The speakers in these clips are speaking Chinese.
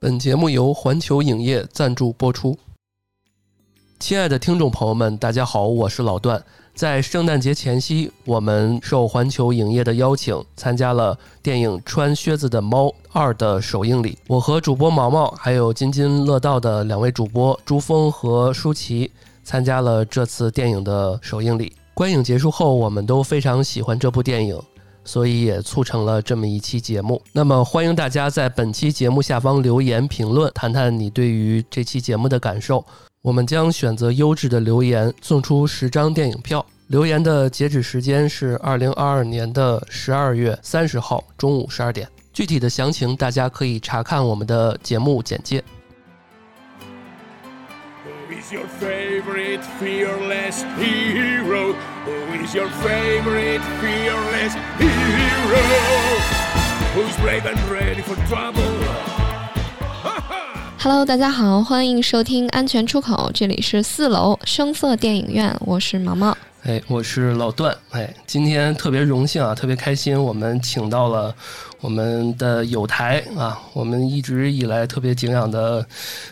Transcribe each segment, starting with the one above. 本节目由环球影业赞助播出。亲爱的听众朋友们，大家好，我是老段。在圣诞节前夕，我们受环球影业的邀请，参加了电影《穿靴子的猫二》的首映礼。我和主播毛毛，还有津津乐道的两位主播朱峰和舒淇，参加了这次电影的首映礼。观影结束后，我们都非常喜欢这部电影，所以也促成了这么一期节目。那么，欢迎大家在本期节目下方留言评论，谈谈你对于这期节目的感受。我们将选择优质的留言，送出十张电影票。留言的截止时间是二零二二年的十二月三十号中午十二点。具体的详情，大家可以查看我们的节目简介。 Who is your favorite fearless hero? Who is your favorite fearless hero? Who's brave and ready for trouble? Hello，大家好，欢迎收听《安全出口》，这里是四楼声色电影院，我是毛毛。哎，我是老段。哎，今天特别荣幸啊，特别开心，我们请到了我们的友台啊，我们一直以来特别敬仰的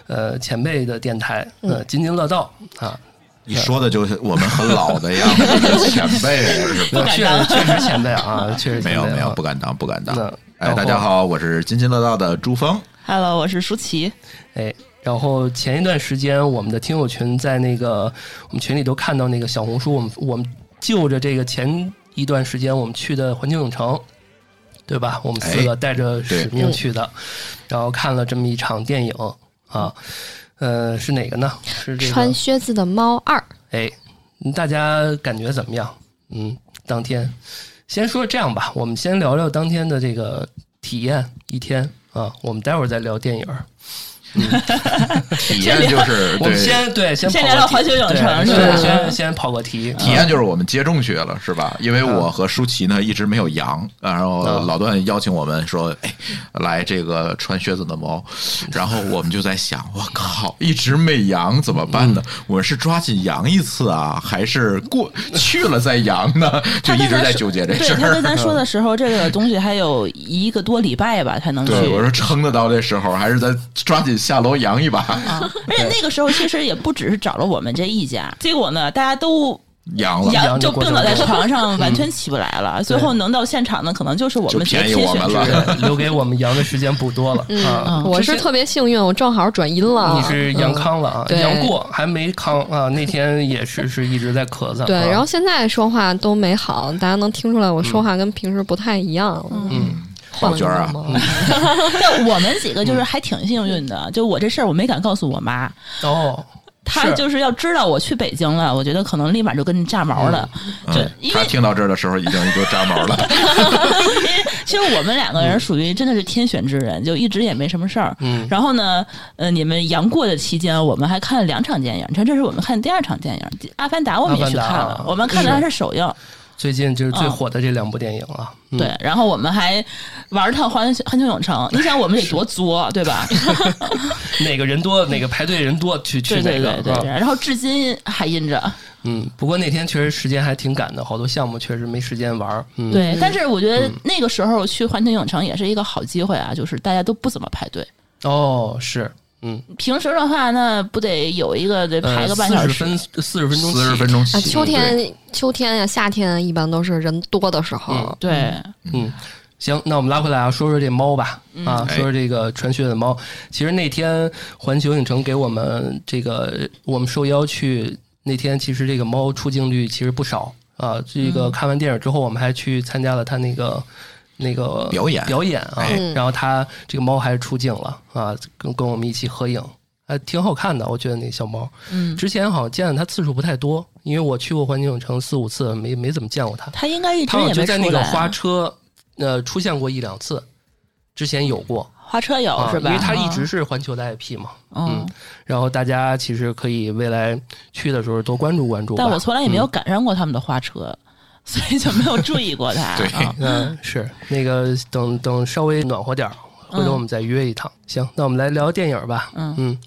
呃前辈的电台，嗯呃，津津乐道啊。你说的就是我们很老的样子，前辈是吧？确实确实前辈 啊，确实前辈没有没有，啊不敢当，不敢当那。哎，然后大家好，我是津津乐道的朱峰。 Hello，我是舒淇。哎，然后前一段时间，我们的听友群在那个我们群里都看到那个小红书，我们我们就着这个前一段时间我们去的环球影城，对吧？我们四个带着使命去的，然后看了这么一场电影啊，呃，是哪个呢？是这穿个靴子的猫二，哎，大家感觉怎么样？嗯，当天先说这样吧，我们先聊聊当天的这个体验一天啊，我们待会儿再聊电影儿。体验就是我们对，先对先先跑个聊聊题环球影对城是对吧？先先跑个题，体验就是我们接种去了是吧？因为我和舒淇呢一直没有阳，然后啊老段邀请我们说，哎，来这个穿靴子的猫，然后我们就在想，我靠，一直没阳怎么办呢？我是抓紧阳一次啊，还是过去了再阳呢？就一直在纠结这对事他儿跟。咱说的时候，这个东西还有一个多礼拜吧才能去。对，我说撑得到这时候，还是咱抓紧下楼扬一把，嗯啊，而且那个时候其实也不只是找了我们这一家，结果呢，大家都扬了。阳阳就就过病程倒在中床上，完全起不来了。最后能到现场的，可能就是我嗯就们这便宜些我选们手了 对留给我们阳的时间不多了嗯啊。我之是前特别幸运，我正好转阴了。你是阳康了嗯啊，对阳过还没康啊，那天也是是一直在咳嗽。对，啊然后现在说话都没好，大家能听出来我说话跟平时不太一样了。嗯，换了娟儿啊个猫但我们几个就是嗯还挺幸运的，就我这事儿我没敢告诉我妈，哦，她是就是要知道我去北京了，我觉得可能立马就跟你炸毛了。就嗯因为他听到这儿的时候已经就扎毛了， 其实我们两个人属于真的是天选之人，就一直也没什么事儿。嗯然后呢，呃，你们杨过的期间，我们还看了两场电影，这这是我们看第二场电影，《阿凡达》我们也去看阿凡达啊了，我们看的还是首映。最近就是最火的这两部电影啊。嗯哦对，然后我们还玩了趟环球环球影城，你想我们得 多作，对吧？哪个人多，哪个排队人多，去去对哪对个对对对。啊。然后至今还印着，嗯，不过那天确实时间还挺赶的，好多项目确实没时间玩儿。嗯，对。但是我觉得那个时候去环球影城也是一个好机会啊，就是大家都不怎么排队。哦，是，嗯，呃平时的话，那不得有一个得排个半小哎四时十。分四 十分钟起，四十分钟啊，起。秋对天、秋天呀、夏天啊一般都是人多的时候。嗯对，嗯，行，那我们拉回来啊，说说这猫吧，啊，哎说说这个传血的猫。其实那天环球影城给我们这个，我们受邀去那天，其实这个猫出镜率其实不少啊。这嗯个看完电影之后，我们还去参加了它那个。那个表演表演啊，哎然后它这个猫还是出镜了啊，跟跟我们一起合影，还挺好看的，我觉得那小猫。嗯，之前好像见它次数不太多，因为我去过环球影城四五次，没没怎么见过它。他应该一直他好也像就在没出那个来。啊花车，呃，出现过一两次，之前有过，花车有、啊哦是吧？因为它一直是环球的 IP 嘛。嗯，然后大家其实可以未来去的时候多关注关注吧。但我从来也嗯没有赶上过他们的花车， 所以就没有注意过 它。对啊嗯是那个等等稍微暖和点儿，回头我们再约一趟。行，那我们来聊电影吧。嗯嗯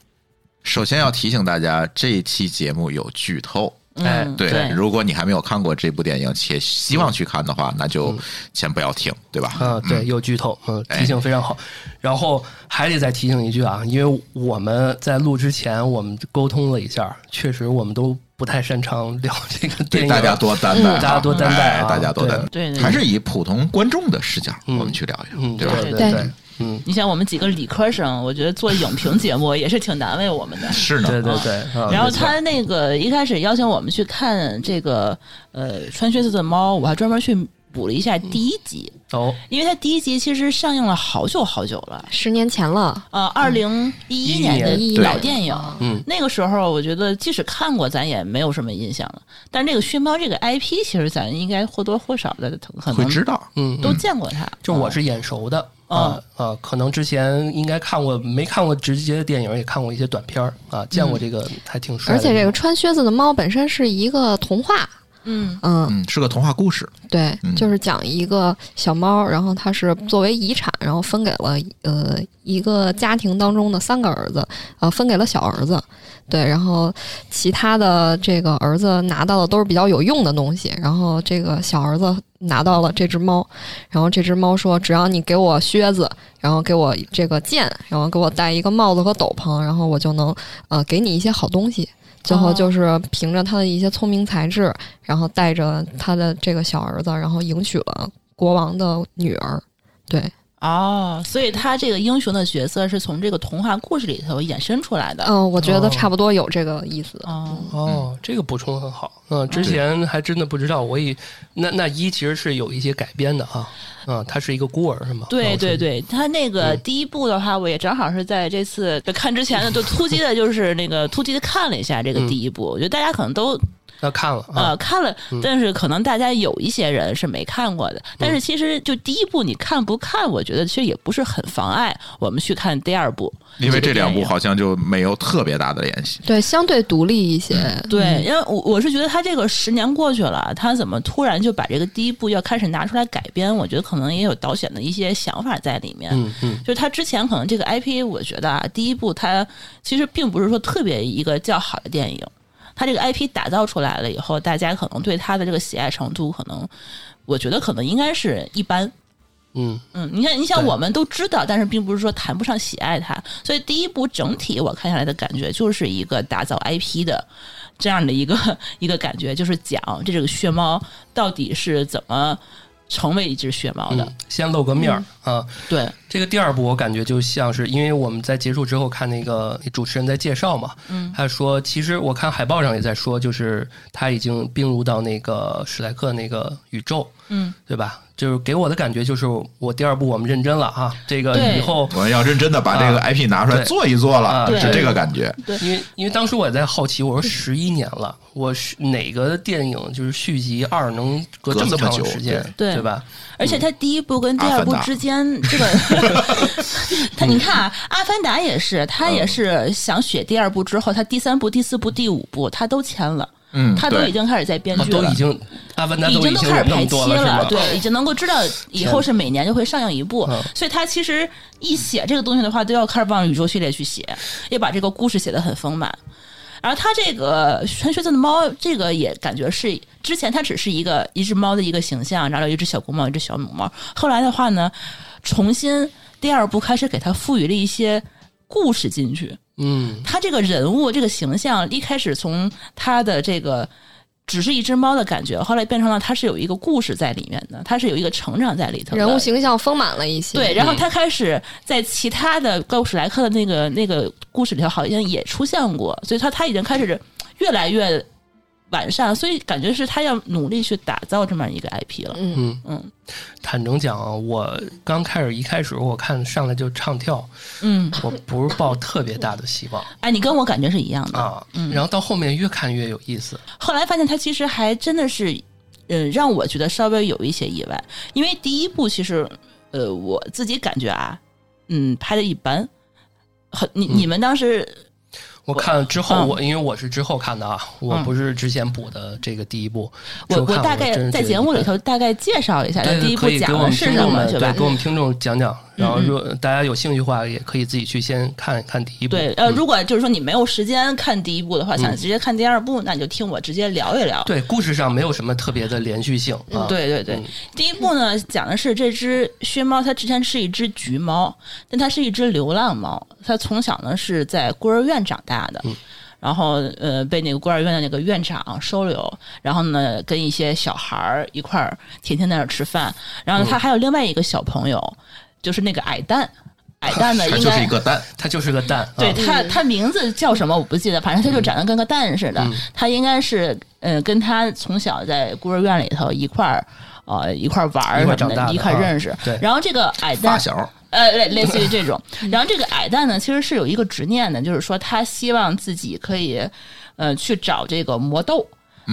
首先要提醒大家，这一期节目有剧透。哎嗯，对，对，如果你还没有看过这部电影且希望去看的话，那就先不要听，对吧？嗯啊， 对，有剧透，嗯，哎提醒非常好。然后还得再提醒一句啊，因为我们在录之前我们沟通了一下，确实我们都不太擅长聊这个电对，影，大家多担待啊，嗯大家多担待啊哎大家多担待，对对对还是以普通观众的视角，嗯我们去聊一聊，嗯，对对吧？对对嗯，你想我们几个理科生，我觉得做影评节目也是挺难为我们的。是呢，对对啊对。啊然后没错他那个一开始邀请我们去看这个呃《穿靴子的猫》，我还专门去补了一下嗯第一集，哦，因为它第一集其实上映了好久好久了，十年前了，呃，二零一一年的11年老电影。嗯那个时候我觉得即使看过，咱也没有什么印象了。但这个薛猫这个 IP，其实咱应该或多或少的可会知能道，嗯，都见过它。就我是眼熟的。啊嗯啊，可能之前应该看过，没看过直接的电影，也看过一些短片儿啊，见过这个还挺帅而的。且这个穿靴子的猫本身是一个童话，嗯嗯，嗯，是个童话故事，对嗯，就是讲一个小猫，然后它是作为遗产，然后分给了呃一个家庭当中的三个儿子，呃分给了小儿子，对，然后其他的这个儿子拿到的都是比较有用的东西，然后这个小儿子拿到了这只猫，然后这只猫说只要你给我靴子，然后给我这个剑，然后给我戴一个帽子和斗篷，然后我就能呃给你一些好东西。最后哦就是凭着他的一些聪明才智，然后带着他的这个小儿子，然后迎娶了国王的女儿。对，哦，所以他这个英雄的角色是从这个童话故事里头衍生出来的。嗯，我觉哦得差不多有这个意思。哦，哦，嗯这个补充很好。嗯，之前还真的不知道，我以那那一其实是有一些改编的啊。嗯，他是一个孤儿是吗？啊对对对，对，他那个第一部的话，我也正好是在这次看之前呢，就突击的，就是那个突击的看了一下这个第一部。我觉得大家可能都那看了啊呃，看了，嗯但是可能大家有一些人是没看过的。但是其实就第一部你看不看，我觉得其实也不是很妨碍我们去看第二部，因为这两部好。好像就没有特别大的联系。对，相对独立一些。嗯对，因为我我是觉得他这个十年过去了，他怎么突然就把这个第一部要开始拿出来改编？我觉得可能也有导演的一些想法在里面。嗯嗯，就是他之前可能这个 IP，我觉得啊，第一部它其实并不是说特别一个较好的电影，它这个 IP 打造出来了以后，大家可能对它的这个喜爱程度，可能我觉得可能应该是一般。嗯嗯，你看，你想，对我们都知道，但是并不是说谈不上喜爱它。所以第一部整体我看下来的感觉就是一个打造 IP 的这样的一个一个感觉，就是讲这这个血猫到底是怎么成为一只血猫的。嗯嗯，先露个面儿啊。对，这个第二部我感觉就像是，因为我们在结束之后看那个主持人在介绍嘛，嗯，他说其实我看海报上也在说，就是他已经并入到那个史莱克那个宇宙，嗯，对吧？就是给我的感觉就是，我第二部我们认真了啊，这个对以后我们要认真的把这个 IP 拿出来对做一做了，啊是啊对这个感觉。因为因为当时我也在好奇，我说十一年了，我是哪个电影就是续集二能隔隔这么这么长久的时间，对对吧？而且它第一部跟第二部之间，这个它嗯你看啊，《阿凡达》也是，它也是想写第二部之后，它第三部、第四部、第五部，它都签了，嗯，它都对已经开始在编剧都了已。经《阿凡达》已都经已都经开有始那排么期多是吧？对，已经能够知道以后是每年就会上映一部嗯，所以它其实一写这个东西的话，都要开始往宇宙系列去写，也把这个故事写得很丰满。然后它这个《穿靴子的猫》，这个也感觉是之前它只是一个一只猫的一个形象，然后有一只小公猫，一只小母猫。后来的话呢，重新第二部开始给它赋予了一些故事进去，嗯他这个人物这个形象，一开始从他的这个只是一只猫的感觉，后来变成了他是有一个故事在里面的，他是有一个成长在里头的人物形象丰满了一些。嗯对，然后他开始在其他的高史莱克的那个那个故事里头，好像也出现过，所以他他已经开始越来越完善，所以感觉是他要努力去打造这么一个 IP 了。嗯，嗯，嗯坦诚讲啊，我刚开始一开始我看上来就唱跳，嗯，我不是抱特别大的希 望哎，你跟我感觉是一样的。啊，然后到后面越看越有意思，后来发现他其实还真的是，嗯，让我觉得稍微有一些意外，因为第一部其实，呃，我自己感觉啊，嗯，拍的一般，很你嗯你们当时我看之后，嗯我因为我是之后看的啊，我嗯不是之前补的这个第一部。我之后我看大真概是在觉得节目一般里头大概介绍一下，它对，第一可部以讲给我的们是听什众么，们对对，吧给？我们听众讲讲。然后，嗯嗯如果大家有兴趣的话，也可以自己去先看看第一部。对，呃，嗯如果就是说你没有时间看第一部的话，想嗯直接看第二部，那你就听我直接聊一聊。对，故事上没有什么特别的连续性啊。对对对嗯，第一部呢讲的是这只薛猫，它之前是一只橘猫，但它是一只流浪猫。它从小呢是在孤儿院长大的，然后呃被那个孤儿院的那个院长收留，然后呢跟一些小孩儿一块儿天天在那儿吃饭。然后呢它还有另外一个小朋友，就是那个矮蛋，矮蛋 呢它应就是一该。个蛋，它就是个蛋。对啊它它名字叫什么我不记得，反正它嗯就长得跟个蛋似的。它应该是，呃，跟它从小在孤儿院里头一块儿，呃，一块儿玩儿一块儿什长么大的，的一块儿认识啊对。然后这个矮发蛋，小，呃，类类似于这种。然后这个矮蛋呢，其实是有一个执念的，就是说他希望自己可以，呃，去找这个魔豆。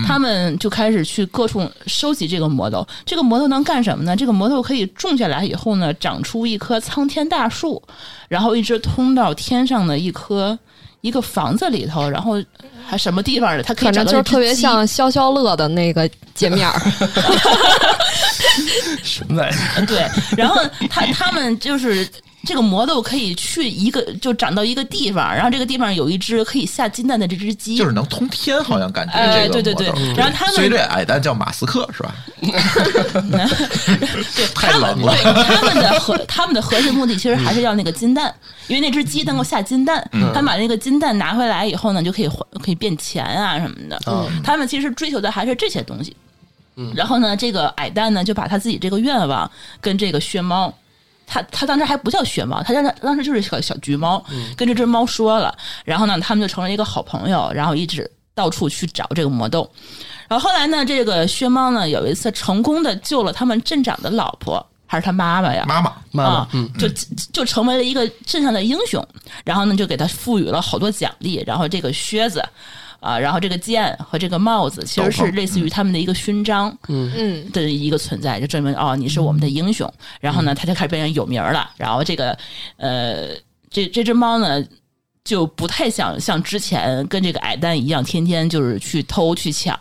他们就开始去各处收集这个魔豆。这个魔豆能干什么呢？这个魔豆可以种下来以后呢，长出一棵苍天大树，然后一直通到天上的一棵一个房子里头，然后还什么地方的？它可以反找正到就是一只特别鸡像消消乐的那个界面 儿，什么玩意儿？对，然后他他们就是这个魔豆可以去一个就长到一个地方，然后这个地方有一只可以下金蛋的这只鸡，就是能通天，好像感觉哎这个对对对魔豆然后他们所以这矮蛋叫马斯克是吧？对太他冷们了对他们的核他们的核心目的其实还是要那个金蛋，因为那只鸡能够下金蛋，嗯他把那个金蛋拿回来以后呢，就可以还可以变钱啊什么的。嗯他们其实追求的还是这些东西。嗯然后呢，这个矮蛋呢就把他自己这个愿望跟这个薛猫。他他当时还不叫薛猫，他当时当时就是小小橘猫，跟这只猫说了，然后呢，他们就成了一个好朋友，然后一直到处去找这个魔豆，然后后来呢，这个薛猫呢有一次成功的救了他们镇长的老婆，还是他妈妈呀？妈妈妈妈啊，嗯，就就成为了一个镇上的英雄，然后呢，就给他赋予了好多奖励，然后这个靴子。啊，然后这个剑和这个帽子其实斗是篷类似于他们的一个勋章嗯，的一个存在，就证明哦，你是我们的英雄。然后呢，他就开始变成有名儿了。然后这个呃，这这只猫呢，就不太想像之前跟这个矮蛋一样，天天就是去偷、去抢、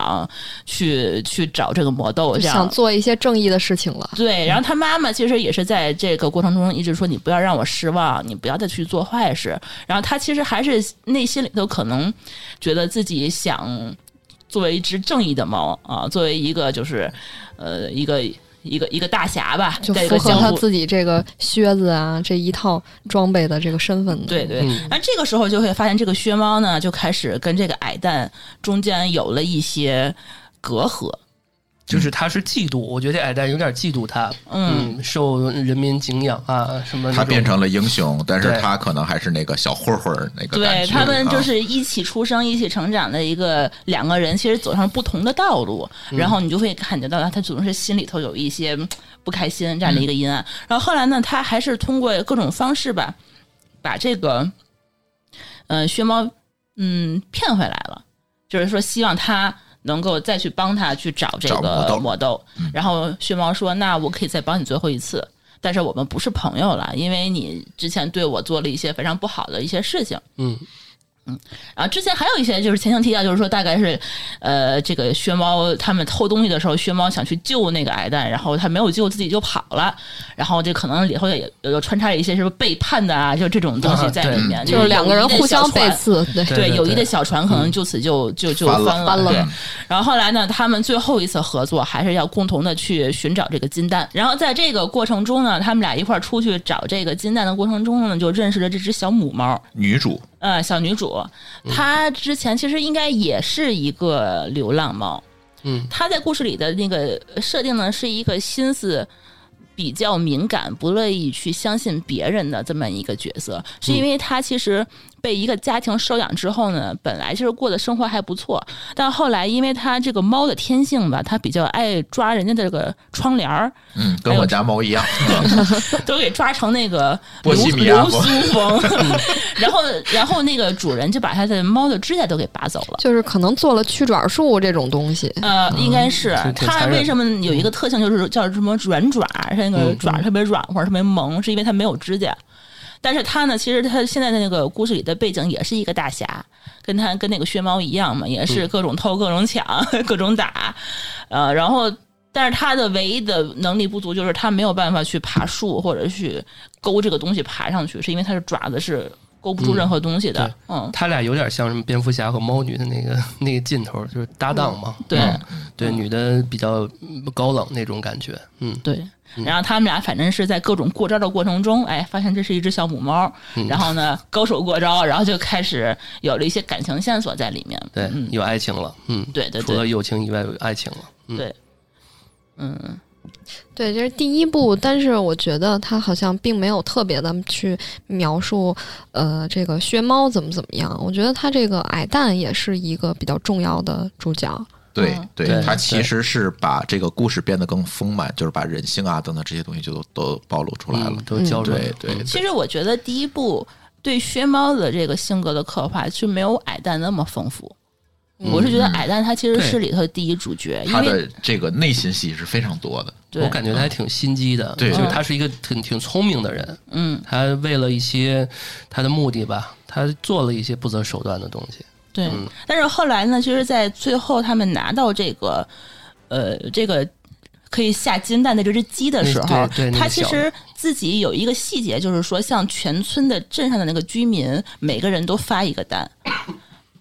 去去找这个魔豆，这样想做一些正义的事情了。对，然后他妈妈其实也是在这个过程中一直说你不要让我失望，你不要再去做坏事。然后他其实还是内心里头可能觉得自己想作为一只正义的猫啊，作为一个就是呃一个一个一个大侠吧，就在一符个合江他湖自己这个靴子啊这一套装备的这个身份的。对对，那、这个时候就会发现，这个薛猫呢，就开始跟这个矮蛋中间有了一些隔阂。就是他是嫉妒，我觉得矮蛋有点嫉妒他，嗯嗯，受人民敬仰啊，什么那种。他变成了英雄，但是对他可能还是那个小混混儿那个感对觉。他们就啊是一起出生、一起成长的一个两个人，其实走上不同的道路，嗯然后你就会感觉到他总是心里头有一些嗯不开心这样的嗯一个阴暗。然后后来呢，他还是通过各种方式吧，把这个呃薛猫嗯骗回来了，就是说希望他。能够再去帮他去找这找魔个豆嗯魔豆，然后薛猫说：“那我可以再帮你最后一次。”但是我们不是朋友了，因为你之前对我做了一些非常不好的一些事情。嗯然啊后之前还有一些就是前情提要，就是说大概是，呃，这个薛猫他们偷东西的时候，薛猫想去救那个矮蛋，然后他没有救，自己就跑了。然后这可能里头也有有穿插了一些什么背叛的啊，就这种东西在里面，啊对就是两个人互相背背。刺，对，嗯 对对，对友谊的小船可能就此就就就翻了翻翻了嗯对，然后后来呢，他们最后一次合作还是要共同的去寻找这个金蛋。然后在这个过程中呢，他们俩一块儿出去找这个金蛋的过程中呢，就认识了这只小母猫。女主，呃，小女主，她之前其实应该也是一个流浪猫。嗯，她在故事里的那个设定呢，是一个心思比较敏感、不乐意去相信别人的这么一个角色，是因为她其实被一个家庭收养之后呢，本来就是过的生活还不错，但后来因为她这个猫的天性吧，它比较爱抓人家的这个窗帘儿，嗯，跟我家猫一样， 嗯都给抓成那个波流西米亚流风苏 风，然后然后那个主人就把他的猫的指甲都给拔走了。就是可能做了去爪术这种东西，呃，应该是挺挺它残忍为什么有一个特性，就是叫什么软爪，它那个爪特别软或者特别萌，是因为它没有指甲。但是他呢，其实他现在的那个故事里的背景也是一个大侠，跟他跟那个薛猫一样嘛，也是各种偷、各种抢、 各种打，呃，然后。但是他的唯一的能力不足就是他没有办法去爬树或者去勾这个东西爬上去，是因为他的爪子是勾不住任何东西的。嗯，他俩有点像什么蝙蝠侠和猫女的那个 那个劲头，就是搭档嘛。对嗯对，女的比较嗯高冷那种感觉。嗯，对。然后他们俩反正是在各种过招的过程中，哎，发现这是一只小母猫，嗯然后呢高手过招，然后就开始有了一些感情线索在里面。对，嗯，有爱情了。嗯，对对除了对友情以外，有爱情了。嗯，对，嗯，对，这是第一部，但是我觉得他好像并没有特别的去描述，呃，这个薛猫怎么怎么样。我觉得他这个矮蛋也是一个比较重要的主角。对嗯对对，它对其实是把这个故事变得更丰满，就是把人性啊等等这些东西就都都暴露出来了嗯，。都交嗯出来对了。对，其实我觉得第一部对薛猫的这个性格的刻画就没有矮蛋那么丰富。我是觉得矮蛋他其实是嗯对里头的第一主角，因它为的这个内心戏是非常多的。对我感觉他还挺心机的，对就是对他是一个挺挺聪明的人，嗯，他为了一些他的目的吧，他做了一些不择手段的东西。对。嗯但是后来呢，其实，在最后他们拿到这个呃这个可以下金蛋的这只鸡的时候那嗯对对那，个他其小的实自己有一个细节，就是说向全村的镇上的那个居民，每个人都发一个 蛋。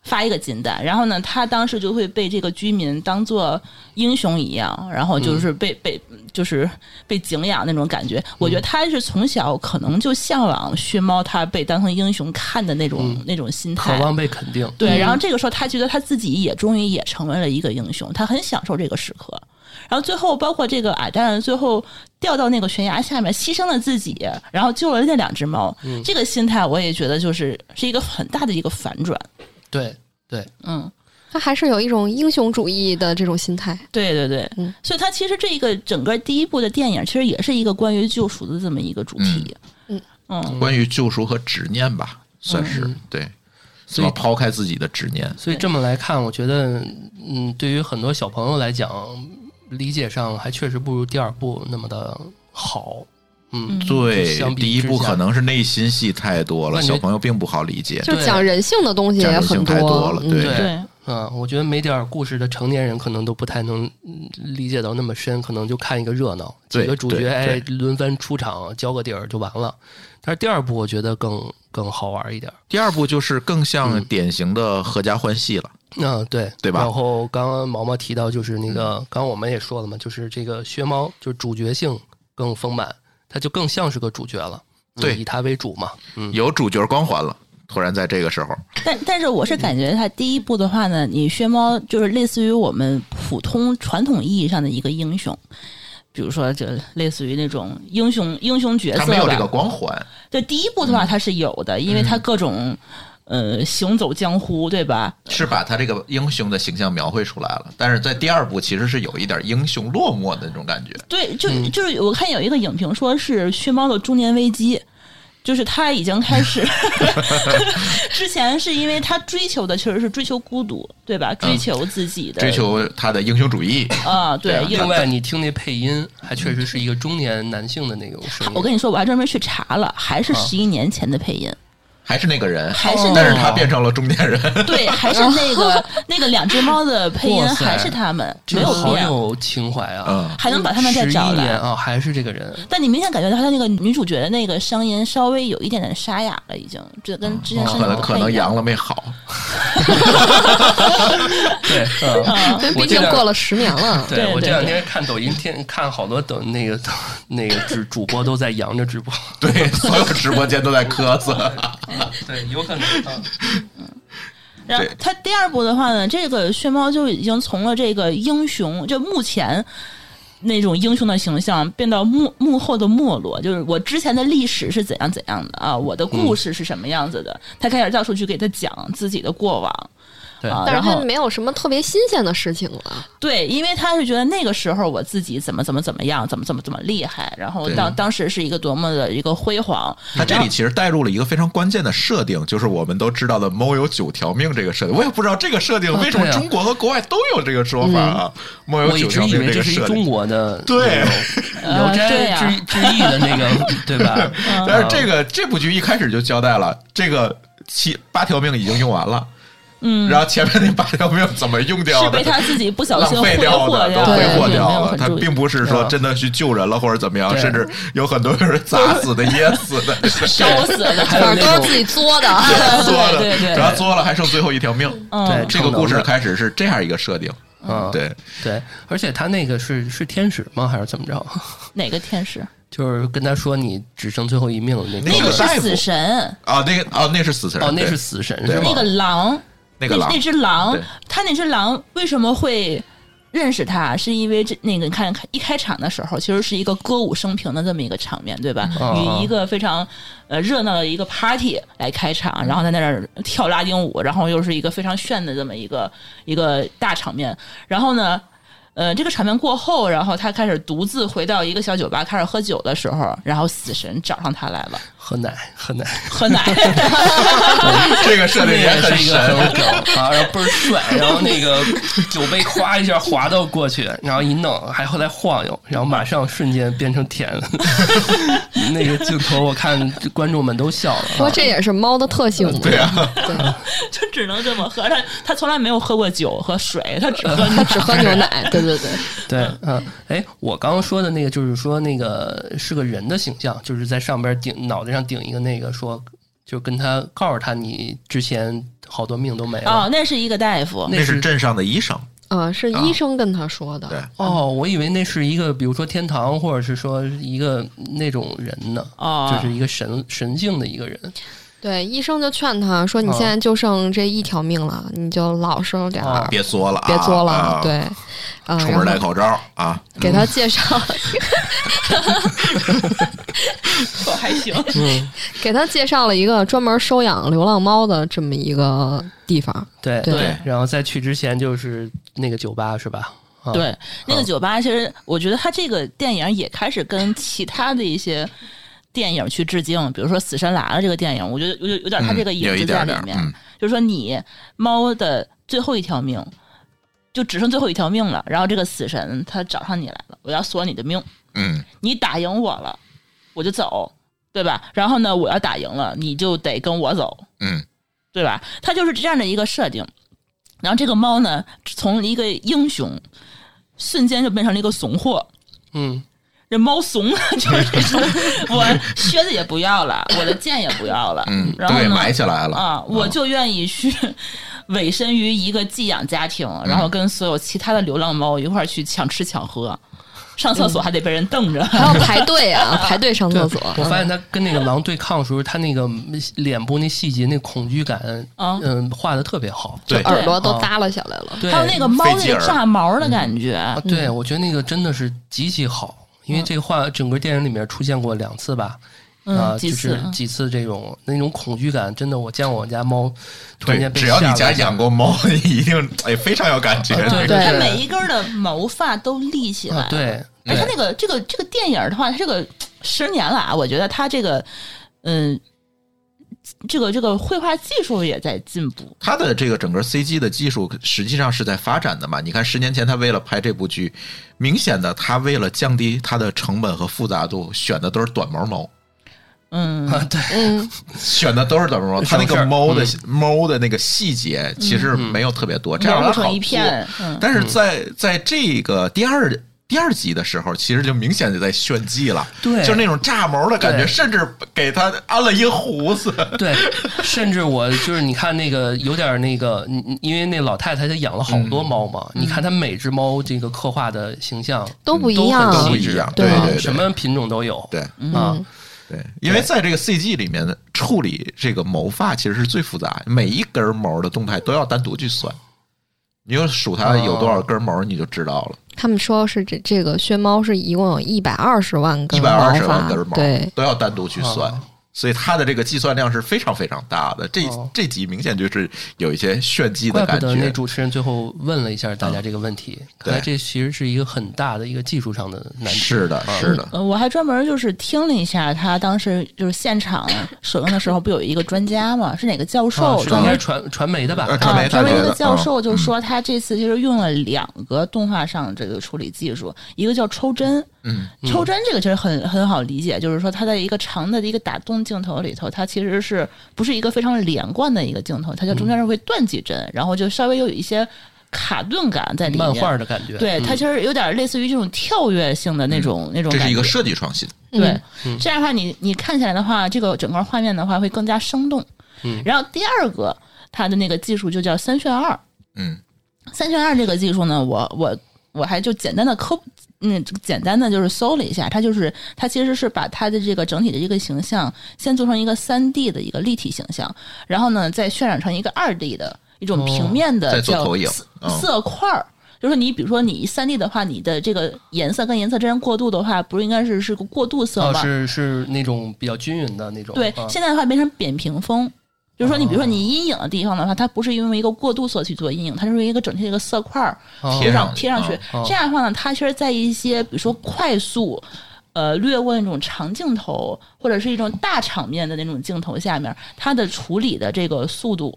发一个金蛋，然后呢，他当时就会被这个居民当做英雄一样，然后就是被、嗯被就是被敬仰那种感觉。我觉得他是从小可能就向往薛猫，他被当成英雄看的那种、那种心嗯态，渴望被肯定，对，然后这个时候他觉得他自己也终于也成为了一个英雄，他很享受这个时刻。然后最后，包括这个矮蛋，最后掉到那个悬崖下面，牺牲了自己，然后救了那两只猫。这个心态，我也觉得就是是一个很大的一个反转。对对，嗯，他还是有一种英雄主义的这种心态。对对对，嗯所以它其实这个整个第一部的电影，其实也是一个关于救赎的这么一个主题。嗯嗯关于救赎和执念吧，算是嗯对，怎么抛开自己的执念？所以这么来看，我觉得，嗯，对于很多小朋友来讲，理解上还确实不如第二部那么的好。嗯，对相，比第一之部下可能是内心戏太多了，感觉小朋友并不好理解。就是讲人性的东西讲也人性很太多了嗯对对对啊，我觉得没点儿故事的成年人可能都不太能嗯理解到那么深，可能就看一个热闹，几对个主角对哎轮番出场，交个底儿就完了。但是第二部我觉得更更好玩一点儿。第二部就是更像典型的合家欢戏了，嗯，对，对吧然后刚刚毛毛提到，就是那个，刚刚我们也说了嘛，就是这个薛猫，就是主角性更丰满，他就更像是个主角了，嗯对以他为主嘛，有主角光环了。突然在这个时候，但但是我是感觉它第一部的话呢，你薛猫就是类似于我们普通传统意义上的一个英雄，比如说就类似于那种英雄英雄角他色没有这个吧。光环，对第一部的话它是有的，因为它各种呃行走江湖，对吧？是把他这个英雄的形象描绘出来了。但是在第二部其实是有一点英雄落寞的那种感觉。对，就嗯就是我看有一个影评说是薛猫的中年危机。就是他已经开始， 之前是因为他追求的确实是追求孤独，对吧？追求自己的、嗯追求他的英雄主义，啊，对，对因为另外，你听那配音，还确实是一个中年男性的那种声音。我跟你说，我还专门去查了，还啊是十一年前的配音，还是那个人，还是那但个是他变成了中 年人。对，还是那个那个两只猫的配音哇，塞还是他们，这没个有好变，有情怀啊！嗯，还能把他们再找11年来。啊，还是这个人。但你明显感觉到他那个女主角的那个声音稍微有一点点沙哑了，已经，这跟之哦前声可音能不可太能一样阳。了没好，对， 嗯，因为我毕这竟两过了十年了。对对我这对两对天看抖音，天看好多抖那个 那个主主播都在扬着直播。 对，所有直播间都在咳 嗽。对，有可能。啊然后对他第二部的话呢，这个血猫就已经从了这个英雄，就目前那种英雄的形象，变到幕幕后的没落，就是我之前的历史是怎样怎嗯样的啊，我的故事是什么样子的，他开始到处去给他讲自己的过往。对啊，但是然他后没有什么特别新鲜的事情了。对，因为他是觉得那个时候我自己怎么怎么怎么样，怎么怎么怎么厉害，然后对当当时是一个多么的一个辉煌，他这里其实带入了一个非常关键的设定，就是我们都知道的“猫有九条命”这个设定。我也不知道这个设定为什么对啊中国和国外都有这个说法啊，“猫有嗯我一九直条以命”为这这个是一设中定。国的对啊那种呃聊对斋呀嗯志志异的 那个，对吧？但是这个这部剧一开始就交代了，这个七八条命已经用完了，嗯，然后前面那八条命怎么用掉是的被？他自己不小浪心费挥 掉霍的，都挥掉了，霍对掉没有了。很他注意并不是说真的去救人了或者怎么样，对甚至有很多人砸死的、噎死的，烧死的，还有反那正都是种自己作的，作的， 对对对然后作了还剩最后一条命。对嗯，这个故事开始是这样一个设定，嗯，对，对，而且他那个是是天使吗？还是怎么着？哪个天使？就是跟他说你只剩最后一命那那那个个个大夫是死神，啊，那个啊，那是死神，哦，那对是死神对是吗那？个狼，那个狼那，只狼对，他那只狼为什么会认识他？是因为这那个你看一开场的时候，其实是一个歌舞升平的这么一个场面，对吧？嗯以一个非常呃热闹的一个 party 来开场，然后在那儿跳拉丁舞，然后又是一个非常炫的这么一个一个大场面。然后呢，呃，这个场面过后，然后他开始独自回到一个小酒吧开始喝酒的时候，然后死神找上他来了，喝奶喝奶，喝奶。 这个设定也那个很是一个很神。有梗啊，然后倍儿帅，然后那个酒杯咵一下滑到过去，然后一弄还后来晃悠，然后马上瞬间变成甜 的。那个镜头我看观众们都笑了说啊，这也是猫的特性嘛。对啊，就只能这么喝。他他从来没有喝过酒和水，他只喝它 只喝牛奶，对对对，对，嗯，哎，我刚刚说的那个就是说那个是个人的形象，就是在上边顶脑袋上顶一个那个说，就跟他告诉他你之前好多命都没了。哦，那是一个大夫，那那是是镇上的医生，啊，是医生跟他说的，对啊哦，我以为那是一个，比如说天堂，或者是说一个那种人呢，哦就是一个神神性的一个人。对，医生就劝他说：“你现在就剩这一条命了，你就老实点儿，啊别作了啊，别作了。啊，对，呃，出门然戴后口罩啊，给他介绍，我还行。嗯，给他介绍了一个专门收养流浪猫的这么一个地方。哎对对 对然后在去之前就是那个酒吧是吧？啊、对，那个嗯酒吧其实我觉得他这个电影也开始跟其他的一些电影去致敬，比如说《死神来了》这个电影，我觉得有有有点他这个嗯影有一子点在儿点里儿面，嗯就是说你猫的最后一条命。就只剩最后一条命了，然后这个死神他找上你来了，我要索你的命，嗯，你打赢我了，我就走，对吧？然后呢，我要打赢了，你就得跟我走，嗯，对吧？它就是这样的一个设定。然后这个猫呢，从一个英雄瞬间就变成了一个怂货。嗯，这猫怂了， 就是说我靴子也不要了，我的剑也不要了，嗯，然都后给呢埋起来了啊，我就愿意去 委身于一个寄养家庭，嗯然后跟所有其他的流浪猫一块儿去抢吃抢喝，上厕所还得被人瞪着。还要排队啊，排队上厕所。我嗯发现他跟那个狼对抗的时候，他那个脸部那细节、那恐惧感，啊嗯，画的特别好。对耳朵都耷拉下来了，对，还有那个嗯猫费那劲个儿炸毛的感觉，啊，对，我觉得那个真的是极其好，因为这个画整个电影里面出现过两次吧，嗯啊，几就次是几次这种那种恐惧感，真的，我见过我家猫突然对，间被只要你吓了家一下养过猫， 你一定哎非常有感觉。啊对对它每一根儿的毛发都立起来。啊，对，而它对那个这个这个电影儿的话，它这个十年了啊，我觉得它这个嗯。这个这个绘画技术也在进步，它的这个整个 CG 的技术实际上是在发展的嘛？你看十年前他为了拍这部剧，明显的他为了降低它的成本和复杂度，选的都是短毛猫，嗯，啊，对， 嗯，选的都是嗯短毛 猫。它那省事个儿猫的、猫的那个细节其实没有特别多，这样揉它不成好一片做。，嗯，但是在在这个第二。第二集的时候，其实就明显的在炫技了，对就是那种炸毛的感觉，对甚至给他安了一个胡子，对，甚至我就是你看那个有点那个，你你因为那老太太她养了好多嗯猫嘛，你嗯看她每只猫这个刻画的形象都不一都样很都不细一致样，对对啊对，什么品种都有，对。嗯啊，对，因为在这个 CG 里面处理这个毛发其实是最复杂，每一根毛的动态都要单独去算。你就数它有多少根毛，你就知道了。他们说是这这个薛猫是一共有一百二十万一根百毛二十万发根，毛，对，都要单独去算。所以它的这个计算量是非常非常大的。这、哦这集明显就是有一些炫技的怪不感得那觉。主持人最后问了一下大家这个问题，看来这其实是一个很大的一个技术上的难题。是的，啊是的，呃，我还专门就是听了一下他当时就是现场 首映的时候，不有一个专家嘛，是哪个教啊授是专应门该传传媒的吧？呃传媒啊，大专学门一个的教授就嗯说他这次就是用了两个动画上这个处理技术，一个叫抽帧，嗯，抽帧这个其实很很好理解，就是说它在一个长的一个打动镜头里头，它其实是不是一个非常连贯的一个镜头，它就嗯中间是会断几帧，然后就稍微有一些卡顿感在里面。漫画嗯的感觉。对，它其实有点类似于这种跳跃性的那种、那种这感觉。是一个设计创新。对，这样的话你，你看起来的话，这个整个画面的话会更加生动。嗯然后第二个，它的那个技术就叫三旋二。嗯，三旋二这个技术呢，我我我还就简单的科普，嗯，简单的就是搜了一下，它就是它其实是把它的这个整体的这个形象先做成一个三 D 的一个立体形象，然后呢再渲染成一个二 D 的一种平面再的做叫投影色嗯色块儿。就是你，比如说你三 D 的话，你的这个颜色跟颜色之间过渡的话，不是应该是是个过渡色哦，吗？是是那种比较均匀的那种。对，啊现在的话变成扁平风，就是说你比如说你阴影的地方的话，它不是因为一个过渡色去做阴影，它是一个整体的一个色块儿哦贴贴上上贴上去。哦这样的话呢，它其实在一些比如说快速。呃，略过那种长镜头或者是一种大场面的那种镜头下面，它的处理的这个速度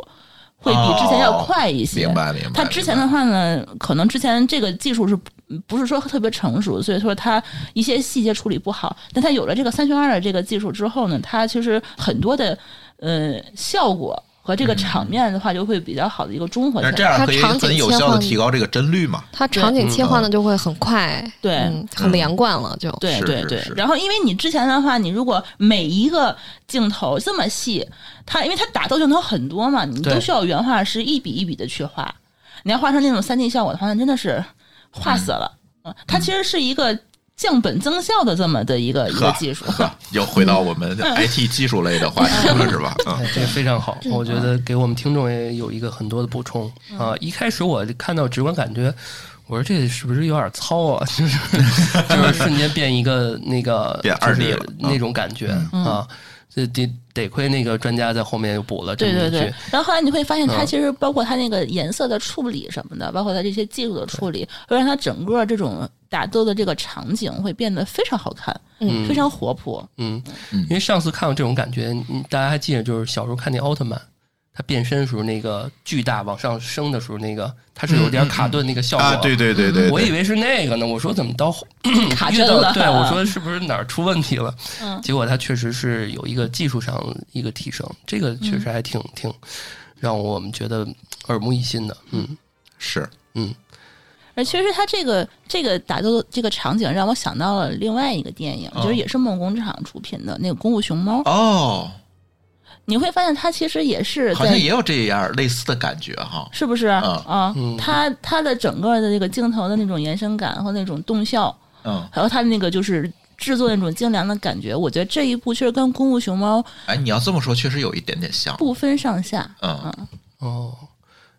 会比之前要快一些。明白明白。它之前的明白话呢，可能之前这个技术是不不是说特别成熟，所以说它一些细节处理不好。但它有了这个三选二的这个技术之后呢，它其实很多的呃效果和这个场面的话，就会比较好的一个综合起嗯那来。这样可以它场景很有效的提高这个帧率嘛？它场景切换的就会很快，对嗯，很连贯了就。对是对是对是，然后因为你之前的话，你如果每一个镜头这么细，它因为它打斗镜头很多嘛，你都对需要原画师一笔一笔的去画。你要画成那种三 D 效果的话，那真的是画死了。嗯，它其实是一个降本增效的这么的一个一个呵技术。呵，又回到我们 IT 技术类的话题了，是吧？嗯哎，这个非常好，嗯我觉得给我们听众也有一个很多的补充啊。一开始我看到直观感觉，我说这是不是有点糙啊？ 就是 就是瞬间变一个那个变就是 2D 了嗯那种感觉啊。这得得亏那个专家在后面又补了这 对么对一对句，，然后后来你会发现，它嗯其实包括它那个颜色的处理什么的，包括它这些技术的处理，会让它整个这种打斗的这个场景会变得非常好看，嗯非常活泼。嗯，嗯因为上次看到这种感觉，嗯大家还记得就是小时候看那奥特曼。他变身的时候，那个巨大往上升的时候，那个它是有点卡顿那个效果，啊，对对对对，我以为为是那个呢，我说怎么到后 卡遇针到了对，我说是不是哪儿出问题 了？嗯结果它确实是有一个技术上一个提升，这个确实还挺、挺让我们觉得耳目一新的。嗯是嗯，而其实他这个这个打斗的这个场景让我想到了另外一个电影，就是也是梦工厂出品的那个《功夫熊猫》。嗯哦，你会发现它其实也是好像在也有这样类似的感觉哈。是不是啊嗯？它它的整个的这个镜头的那种延伸感和那种动效，嗯，还有它的那个就是制作那种精良的感觉，我觉得这一部确实跟《功夫熊猫》哎，你要这么说，确实有一点点像。不分上下。嗯，哦，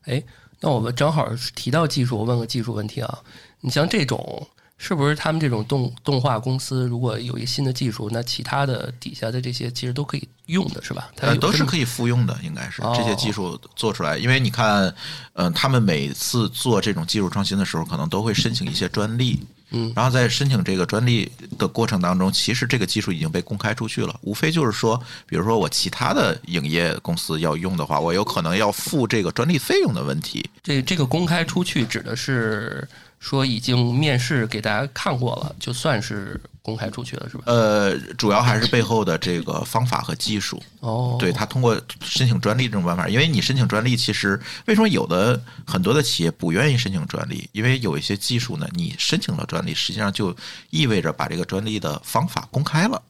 哎，那我们正好提到技术，我问个技术问题啊，你像这种。是不是他们这种动动画公司，如果有一个新的技术，那其他的底下的这些其实都可以用的，是吧？它呃，有都这是么可以复用的，应该是哦这些技术做出来。因为你看，嗯、他们每次做这种技术创新的时候，可能都会申请一些专利。嗯然后在申请这个专利的过程当中，其实这个技术已经被公开出去了，无非就是说，比如说我其他的影业公司要用的话，我有可能要付这个专利费用的问题。这这个公开出去指的是说已经面试给大家看过了，就算是公开出去了，是吧？呃，主要还是背后的这个方法和技术。哦，对，他通过申请专利这种办法，因为你申请专利，其实为什么有的很多的企业不愿意申请专利？因为有一些技术呢，你申请了专利，实际上就意味着把这个专利的方法公开了。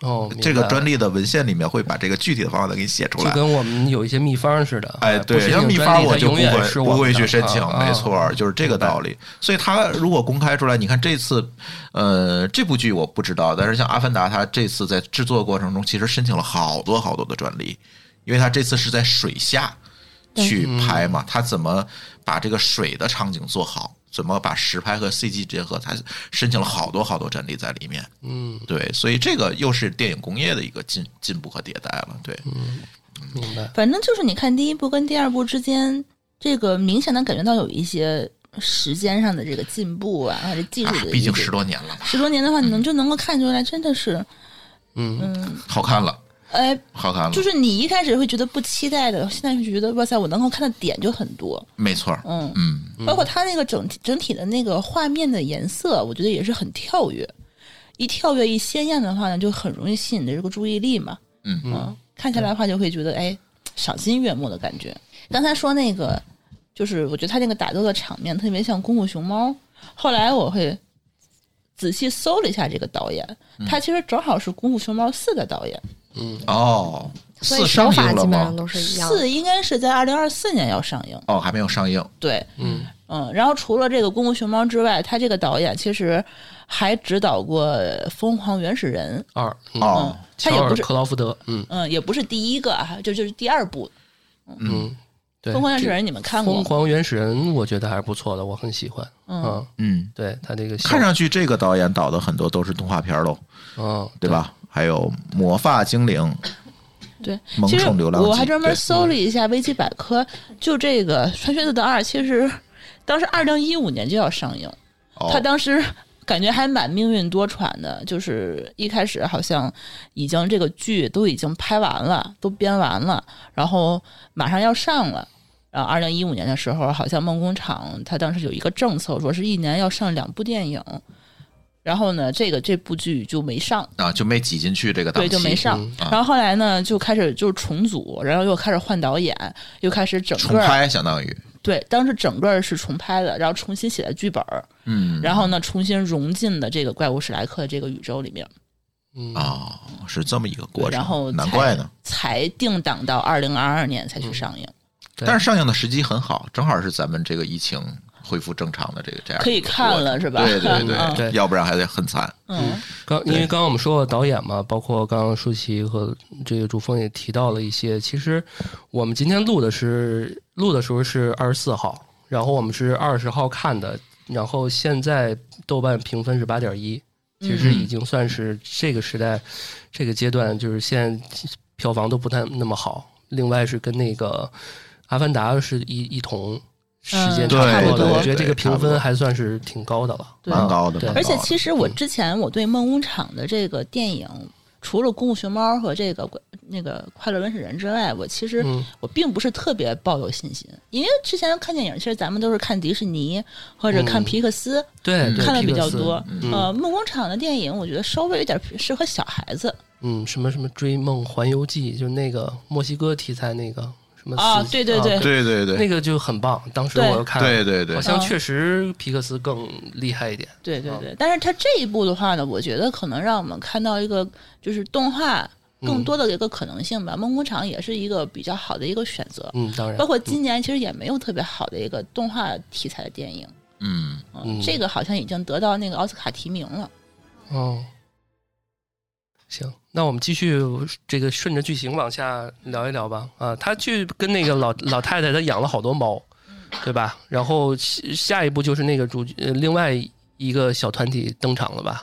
哦，明白这个专利的文献里面会把这个具体的方法再给你写出就来。跟我们有一些秘方似的，啊哎，不对，是像用秘专方利我它就永不远会是不我会们去的申请，啊没错儿，就是这个道理。所以他如果公开出来，你看这次，呃，这部剧我不知道，但是像《阿凡达》，他这次在制作过程中其实申请了好多好多的专利，因为他这次嗯是在水下去拍嘛，他怎么把这个水的场景做好？怎么把实拍和 CG 结合，他申请了好多好多专利在里面。嗯，对，所以这个又是电影工业的一个进进步和迭代了。对，明白。反正就是你看第一部跟第二部之间，这个明显的感觉到有一些时间上的这个进步啊，还是技术啊的、，毕竟十多年了嘛，十多年的话，你能就能够看出来，真的是，嗯，嗯，好看了，哎，好看了，就是你一开始会觉得不期待的，现在就觉得哇塞，我能够看的点就很多，没错儿。嗯，嗯，包括它那个整体整体的那个画面的颜色，我觉得也是很跳跃，一跳跃一鲜艳的话呢，就很容易吸引的这个注意力嘛。嗯看下来的话就会觉得哎，赏心悦目的感觉。刚才说那个，就是我觉得它那个打斗的场面特别像《功夫熊猫》，后来我会仔细搜了一下这个导演，他其实正好是《功夫熊猫四》的导演，哦，所以四手上法映了基本上吗？都是一样的。四应该是在二零二四年要上映，哦，还没有上映。对，嗯嗯，然后除了这个《功夫熊猫》之外，他这个导演其实还指导过《疯狂原始人》，二嗯哦，他乔也尔不是，克劳福德，嗯嗯，也不是第一个啊，就就是第二部嗯， 《对，疯狂原始人》，你们看过疯吗？狂原始人，我觉得还是不错的，我很喜欢。啊嗯，嗯，对他这个小看上去这个导演导的很多都是动画片儿喽，嗯，对吧？还有《魔发精灵》对，萌其实宠流浪记我还专门对搜了一下维基百科，就这个《穿靴子的二》，其实当时二零一五年就要上映，哦，他当时感觉还蛮命运多舛的，就是一开始好像已经这个剧都已经拍完了，都编完了，然后马上要上了。然后二零一五年的时候，好像梦工厂他当时有一个政策，说是一年要上两部电影，然后呢，这个这部剧就没上。啊就没挤进去这个档对，期，就没上。啊然后后来呢，就开始就是重组，然后又开始换导演，又开始整重个儿拍，相当于对，当时整个儿是重拍的，然后重新写的剧本儿，嗯然后呢，重新融进的这个怪物史莱克的这个宇宙里面，嗯哦，是这么一个过程，然后难才怪呢。才定档到二零二二年才去上映，对但是上映的时机很好，正好是咱们这个疫情恢复正常的这个这样可以一个看过程了是吧对对对，嗯对要不然还得很惨。嗯，刚因为刚刚我们说到导演嘛，包括刚刚舒淇和这个朱峰也提到了一些。其实我们今天录的是录的时候是二十四号，然后我们是二十号看的，然后现在豆瓣评分是八点一，嗯其实已经算是这个时代、这个阶段，就是现在票房都不太那么好。另外是跟那个《阿凡达》是一一同时间嗯差对不多的，对我觉得这个对差评不多分还算是挺高的了。对蛮高的对蛮而且高的其实我之前我对梦工厂的这个电影。除了《功夫熊猫》和这个怪那个《快乐原始人》之外，我其实嗯我并不是特别抱有信心，因为之前看电影，其实咱们都是看迪士尼或者看嗯皮克斯，对，对看的皮比克较斯多。嗯呃，梦工厂的电影，我觉得稍微有点适合小孩子嗯，什么什么《追梦环游记》，就是那个墨西哥题材那个什么啊死对对对啊对对对那个就很棒。当时我对啊又看了，对对对好，像确实皮克斯更厉害一点。对对对，但是它这一部的话呢，我觉得可能让我们看到一个就是动画嗯嗯更多的一个可能性吧。梦工厂也是一个比较好的一个选择，嗯，当然包，括今年其实也没有特别好的一个动画题材的电影，嗯，嗯这个好像已经得到那个奥斯卡提名了。哦，行，那我们继续这个顺着剧情往下聊一聊吧。啊，他去跟那个老老太太，他养了好多猫，对吧？然后下下一步就是那个主呃另外一个小团体登场了吧？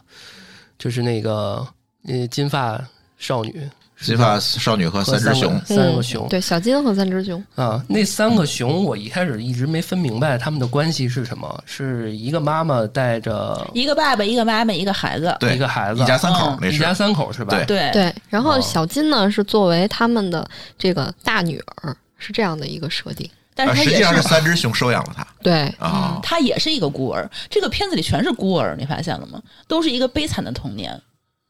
就是那个呃金发少女。金发少女和和三只熊个三个熊嗯，对小金和三只熊，啊，那三个熊我一开始一直没分明白他们的关系是什么，是一个妈妈带着一个爸爸，一个妈妈，一个孩子，对一个孩子一家三口啊嗯那一是家三口是吧？对对对。然后哦小金呢是作为他们的这个大女儿，是这样的一个设定。但是啊他实际也上是是三只熊收养了它对，嗯，啊，他也是一个孤儿。这个片子里全是孤儿，你发现了吗？都是一个悲惨的童年。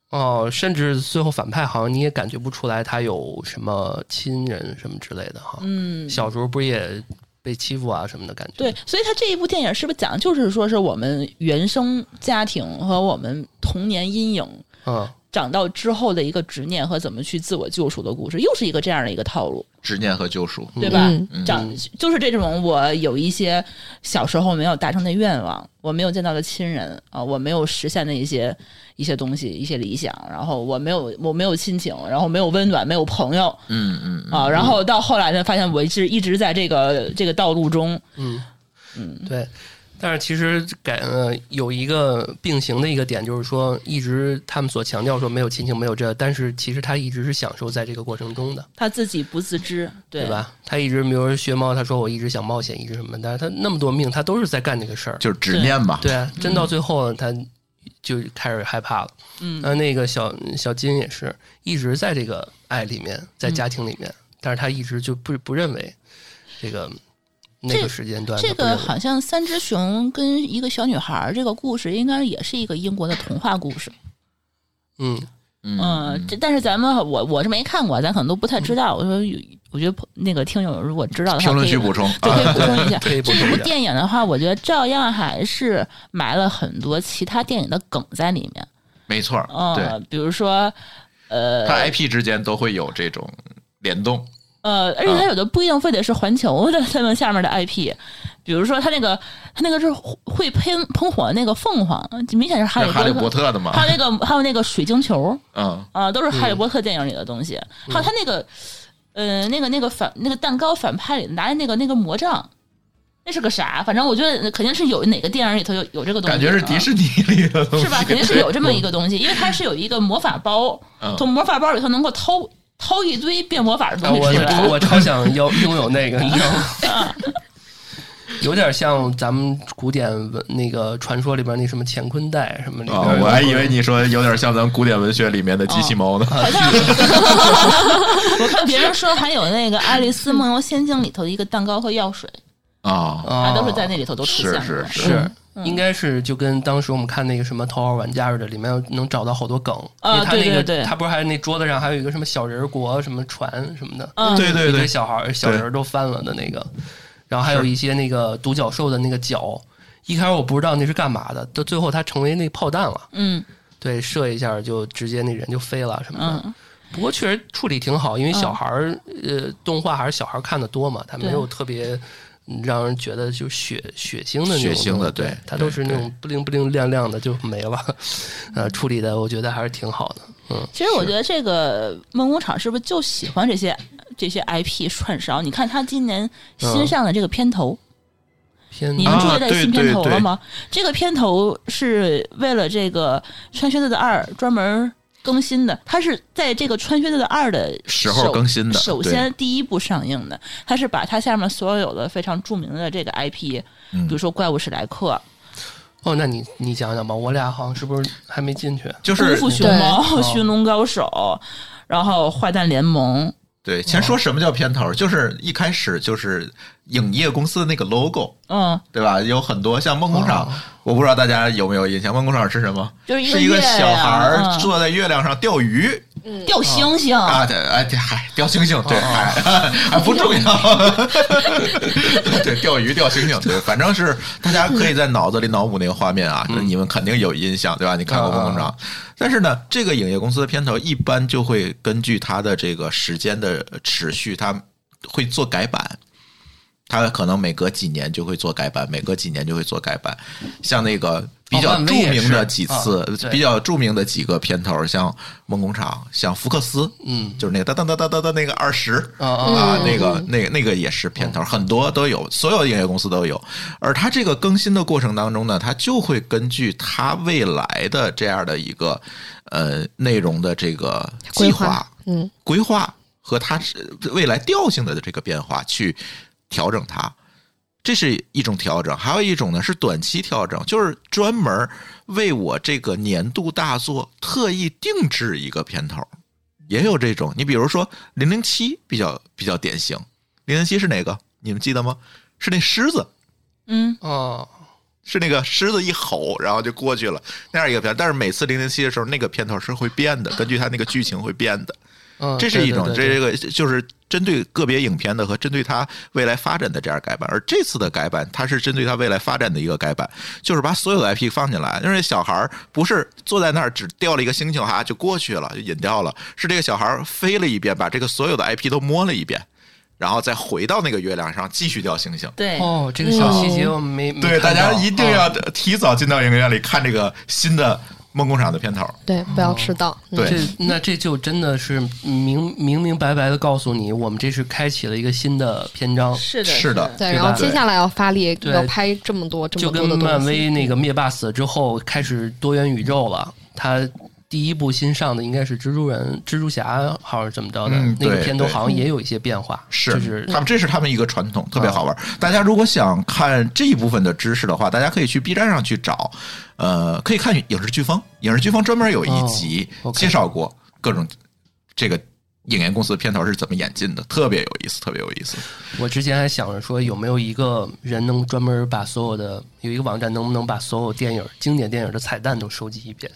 哦，甚至最后反派好像你也感觉不出来他有什么亲人什么之类的哈。嗯，小时候不是也被欺负啊什么的感觉？对，，所以他这一部电影是不是讲的就是说是我们原生家庭和我们童年阴影嗯，长到之后的一个执念和怎么去自我救赎的故事，又是一个这样的一个套路，执念和救赎，对吧？嗯长就是这种我有一些小时候没有达成的愿望，啊我没有见到的亲人啊、我没有实现的一些一些东西、一些理想，然后我没有我没有亲情，然后没有温暖，没有朋友，嗯嗯嗯，啊，然后到后来呢，发现我一直一直在这个这个道路中，对，但是其实改呃有一个并行的一个点，就是说一直他们所强调说没有亲情没有这，但是其实他一直是享受在这个过程中的，他自己不自知，对对？吧？他一直比如说学猫，他说我一直想冒险，一直什么，但是他那么多命，他都是在干这个事儿。就是执念吧。对啊，真到最后他就开始害怕了。嗯那那个小小金也是一直在这个爱里面，在家庭里面，嗯但是他一直就不不认为这个那这个时间段这他不认个为好像三只熊跟一个小女孩儿这个故事，应该也是一个英国的童话故事。嗯嗯，这但是咱们我我是没看过，咱可能都不太知道。我说有，我觉得那个听友如果知道的话，评论区可以补充就啊可以补充一下。 可以补这充一部下电影的话，我觉得照样还是埋了很多其他电影的梗在里面。没错儿，对，嗯，比如说，呃它 IP 之间都会有这种联动。呃，而且嗯它有的不一定非得是环球的他们下面的 IP，比如说它那个它那个是会喷喷火那个凤凰，就明显是哈利那哈利波波特，特的嘛，还有 那个还有那个水晶球。啊嗯，啊、都是哈利波特电影里的东西。还有他那个，呃，那个那个反那个蛋糕反派里拿的那个那个魔杖，那是个啥？反正我觉得肯定是有哪个电影里头有有这个东西，感觉是迪士尼里的东啊西，是吧？肯定是有这么一个东西，因为它是有一个魔法包，嗯从魔法包里头能够掏掏一堆变魔法的啊东我西出来。我我超想要拥有那个，你知道吗？ 有点像咱们古典文那个传说里边那什么乾坤袋什么里边、啊，我还以为你说有点像咱们古典文学里面的机器猫呢。好像 我看别人说还有那个《爱丽丝梦游仙境》里头的一个蛋糕和药水，啊，它啊都是在那里头都出现是的。是是，是，嗯应该是就跟当时我们看那个什么《头号玩家》似的，里面能找到好多梗。啊因为他那个对对对他不是还有那桌子上还有一个什么小人国、什么船什么的，嗯，对对一堆对，小孩儿小人儿都翻了的那个，然后还有一些那个独角兽的那个角。一开始我不知道那是干嘛的，到最后它成为那炮弹了，嗯对，射一下就直接那人就飞了什么的。嗯，不过确实处理挺好，因为小孩儿、呃动画还是小孩儿看的多嘛，他没对有特别嗯让人觉得就血血腥的那种血腥的东西对它都是那种不灵不灵亮亮的就没了。 呃，处理的我觉得还是挺好的。其实我觉得这个梦工厂是不是就喜欢这些这些 IP 串烧？你看他今年新上的这个片头，偏你们注啊意到新对片头对了吗？这个片头是为了这个《穿靴子的二》专门更新的，它是在这个《穿靴子的二》的时候首更新的首先第一部上映的，它是把它下面所有的非常著名的这个 IP，比嗯如说《怪物史莱克哦，那你你讲讲吧，我俩好像是不是还没进去？就》、功是嗯夫熊对猫、哦寻龙高手，然后《坏蛋联盟》。对，先说什么叫片头，就是一开始就是影业公司的那个 logo，嗯，对吧？有很多像梦工厂，我不知道大家有没有印象，梦工厂是什么？啊就是一个是一个月亮小孩儿嗯坐在月亮上钓鱼掉星星，啊，对，哎，对，嗨，钓星星，哦对，哎，哎不重要， 对，钓鱼钓星星，对，反正是大家可以在脑子里脑补那个画面啊，嗯你们肯定有印象，对吧？你看过梦工厂，但是呢，这个影业公司的片头一般就会根据它的这个时间的持续，它会做改版。它可能每隔几年就会做改版，每隔几年就会做改版。像那个比较哦漫著威也名的是几啊次，对比较著名的几个片头，像梦工厂，像福克斯，嗯就是那个哒哒哒哒哒哒那个二十。啊啊啊，那个、那个、那个也是片头，很多都有，所有营业公司都有。而它这个更新的过程当中呢，它就会根据它未来的这样的一个呃内容的这个规计划划，嗯，规划和它是呃未来调性的这个变化去调整它，这是一种调整。还有一种呢是短期调整，就是专门为我这个年度大作特意定制一个片头，也有这种。你比如说《零零七》比较比较典型，《零零七》是哪个？你们记得吗？是那狮子。嗯，哦，是那个狮子一吼，然后就过去了那样一个片头，但是每次零零七的时候，那个片头是会变的，根据它那个剧情会变的。嗯这是一种，对对这对这个就是针对个别影片的和针对它未来发展的这样改版。而这次的改版，它是针对它未来发展的一个改版，就是把所有的 IP 放进来，因为小孩儿不是坐在那儿只掉了一个星星哈就过去了，就引掉了，是这个小孩儿飞了一遍，把这个所有的 IP 都摸了一遍，然后再回到那个月亮上继续掉星星。对，哦，嗯这个小细节我没没对，大看家到一定啊要提早进到影院里看这个新的梦工厂的片头。对，不要迟到。嗯哦对这那这就真的是明明明白白的告诉你，我们这是开启了一个新的篇章，是的，是的的，对，对吧然后接下来要发力，对要拍这么多这就么多跟的漫东西。嗯威那个灭霸死之后开始多元宇宙了，他。第一部新上的应该是蜘蛛人、蜘蛛侠，好像是怎么着的？嗯那个对片头对好像也有一些变化，是，就是嗯他们这是他们一个传统，特别好玩。大家如果想看这一部分的知识的话，大家可以去 B 站上去找，呃，可以看影视飓风，影视飓风专门有一集哦，OK 介绍过各种这个影业公司的片头是怎么演进的，特别有意思，特别有意思。我之前还想着说，有没有一个人能专门把所有的有一个网站，能不能把所有电影经典电影的彩蛋都收集一遍，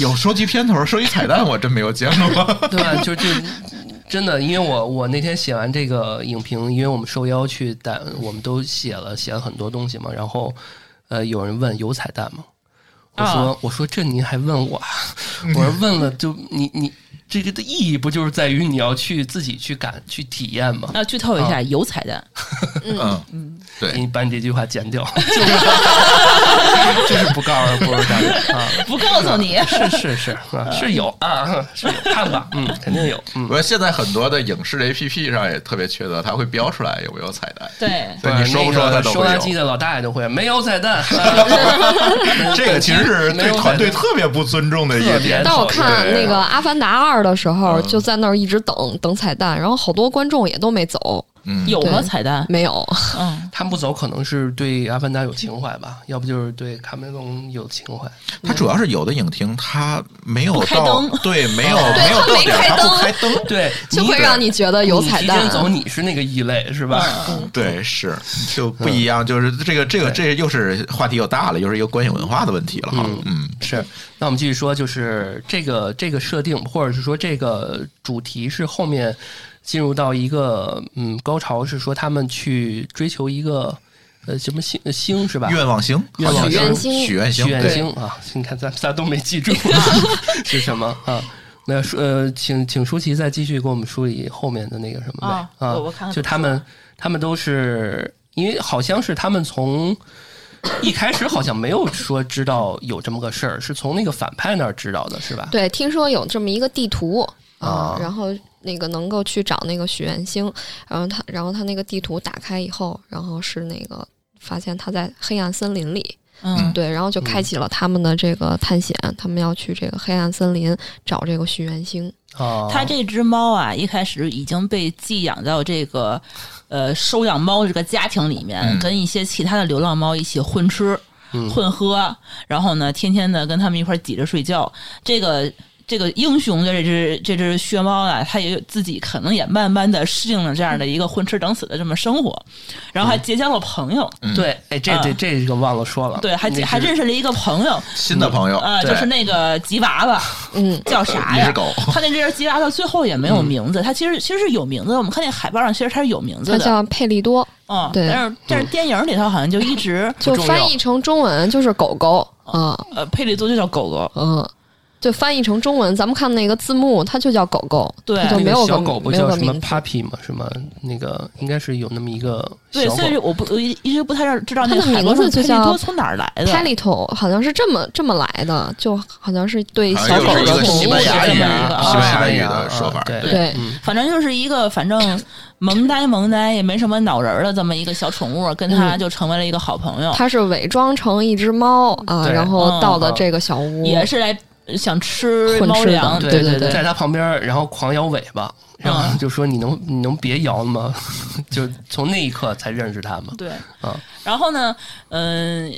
有收集片头、收集彩蛋，我真没有见过。 对吧？啊就就真的，因为我我那天写完这个影评，因为我们受邀去但我们都写了写了很多东西嘛，然后呃，有人问有彩蛋吗？我说、啊我说这您还问我啊？我说问了就你你这个的意义不就是在于你要去自己去感去体验吗？那剧透一下，有彩蛋，嗯对你把你这句话剪掉，就是就是不告诉不知道啊， 不告诉你，是是是啊，是有啊，是有看吧，嗯，肯定有，嗯我。说现在很多的影视 APP 上也特别缺德，它会标出来有没有彩蛋。对，对，你说不说那它个都呃收垃会圾有。的老大爷都会没有彩 蛋，呃这个其实是没有对彩团队蛋特别不尊重的一特个别点。但当我好看对那个《阿凡达二》的时候，嗯就在那儿一直等等彩蛋，然后好多观众也都没走，嗯，有吗？对彩蛋，没有。嗯，他们不走可能是对阿凡达有情怀吧， 要不就是对卡梅隆有情怀。它主要是有的影厅它没有不开到灯对，没有没有它到没点儿，开它不灯开灯，对， 就会让你觉得有彩你提前蛋。嗯走，你是那个异类是吧？对，是就不一样，就是这个这个这又是话题又大了，又是一个观影文化的问题了哈，嗯，是， 那我们继续说，就是这个这个设定，或者是说这个主题是后面进入到一个嗯高潮，是说他们去追求一个呃什么星呃星是吧？愿望星，愿望好像是星许愿许愿哎对星啊！ 你看咱咱都没记住啊 是什么啊？那舒呃，请请舒淇再继续给我们梳理后面的那个什么呗、啊啊！我我看看就他们他们都是因为好像是他们从。一开始好像没有说知道有这么个事儿，是从那个反派那儿知道的，是吧？对，听说有这么一个地图啊、啊然后那个能够去找那个许愿星，然后他，然后他那个地图打开以后，然后是那个发现他在黑暗森林里，嗯，对，然后就开启了他们的这个探险，他们要去这个黑暗森林找这个许愿星。啊，它这只猫啊，一开始已经被寄养到这个呃收养猫这个家庭里面，嗯跟一些其他的流浪猫一起混吃、混喝，然后呢，天天的跟他们一块儿挤着睡觉。这个这个英雄的这只这只薛猫啊，它也有自己可能也慢慢的适应了这样的一个混吃等死的这么生活，然后还结交了朋友，对，哎，这这这个忘了说了，嗯对，还那是还认识了一个朋友，新的朋友哦呃，对就是那个吉娃娃，嗯，叫啥你呀？是狗他那只吉娃娃最后也没有名字，它其实其实是有名字的。我们看那海报上，其实它是有名字它的。叫佩利多，嗯，对但是但是电影里头好像就一直就重要翻译成中文就是狗狗。嗯呃，佩里多就叫狗狗。嗯，就翻译成中文，咱们看那个字幕，它就叫狗狗，对它就那个没有小个狗不没有叫个什么名字。 puppy 吗？什么那个应该是有那么一个对，小所以狗，我不我一一直不太知道那个它的海报名字上就佩里多叫从哪儿来的。拍里头好像是这么这么来的，就好像是对小狗好像的又是一个宠西物班牙是语这么一一个个西班牙语啊的说法，对嗯对反正就是一个反正萌呆萌呆也没什么脑仁儿的这么一个小宠物，跟它嗯就成为了一个好朋友，它是伪装成一只猫啊，对然嗯后到的这个小屋，也是来呃想吃混猫吃的粮。对对对啊嗯在他旁边儿，然后狂摇尾巴，然后就说你能你能别摇吗？ 就从那一刻才认识他们。对，啊然后呢，嗯、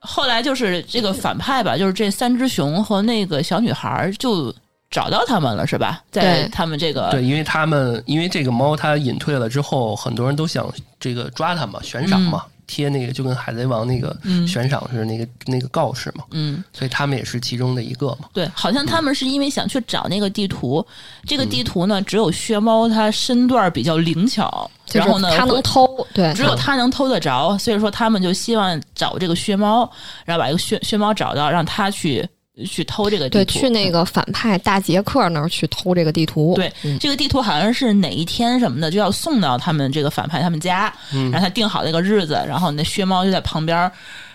后来就是这个反派吧，就是这三只熊和那个小女孩儿就找到他们了，是吧？在对他们这呃个对，因为他们因为这个猫它隐退了之后，很多人都想这个抓它嘛，悬赏嘛，嗯贴那个就跟海贼王那个嗯悬赏是那个、那个告示嘛，嗯，所以他们也是其中的一个嘛。对，好像他们是因为想去找那个地图，这个地图呢，只有薛猫它身段比较灵巧，就然后呢，是它会能偷，嗯对，只有他能偷得着，所以说他们就希望找这个薛猫，然后把这个薛薛猫找到，让他去去偷这个地对图。去那个反派大杰克那儿去偷这个地图，对，嗯这个地图好像是哪一天什么的就要嗯送到他们这个反派他们家，让他定好那个日子，然后那薛猫就在旁边儿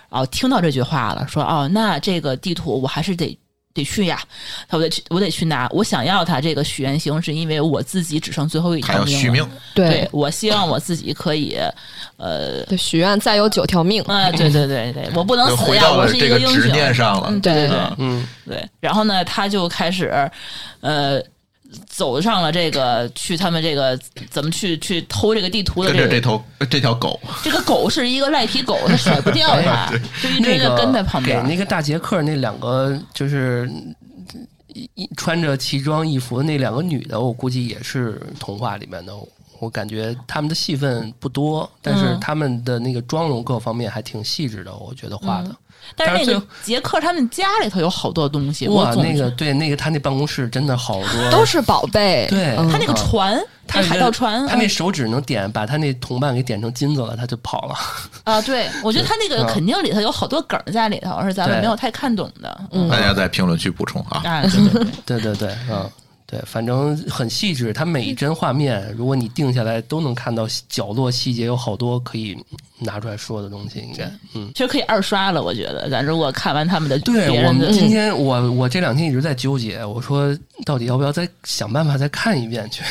啊、哦，听到这句话了，说哦，那这个地图我还是得得去呀，我得去，我得去拿。我想要它这个许愿星，是因为我自己只剩最后一还条要命续了命，对，我希望我自己 可以，呃，对，许愿再有九条命。啊，对对对对，我不能就嗯死回呀，到我了是一这个英执雄。念上了嗯，。对对对、啊嗯对。然后呢，他就开始，呃，走上了这个去他们这个怎么去去偷这个地图的跟这着这个头这条狗，这个狗是一个赖皮狗，它甩不掉它，就一直那就个跟在旁边。给那个大杰克那两个就是一一穿着奇装异服的那两个女的，我估计也是童话里面的。我感觉他们的戏份不多，但是嗯他们的那个妆容各方面还挺细致的，我觉得画的。嗯但但是是那最个杰克他们家里头有好多东西，哇，我总啊那个对，那个他那办公室真的好多都是宝贝，对嗯他那个船，他那海盗船，嗯他那手指能点把他那同伴给点成金子了，他就跑了。啊，对我觉得他那个嗯肯定里头有好多梗在里头，是咱们对没有太看懂的。嗯，大家在评论区补充啊。啊，对对对对对对，嗯，对，反正很细致。它每一帧画面，如果你定下来，都能看到角落细节，有好多可以拿出来说的东西。应该，嗯，其实可以二刷了，我觉得。咱如果看完他们的别对我人的们今天，我我这两天一直在纠结，我说到底要不要再想办法再看一遍去？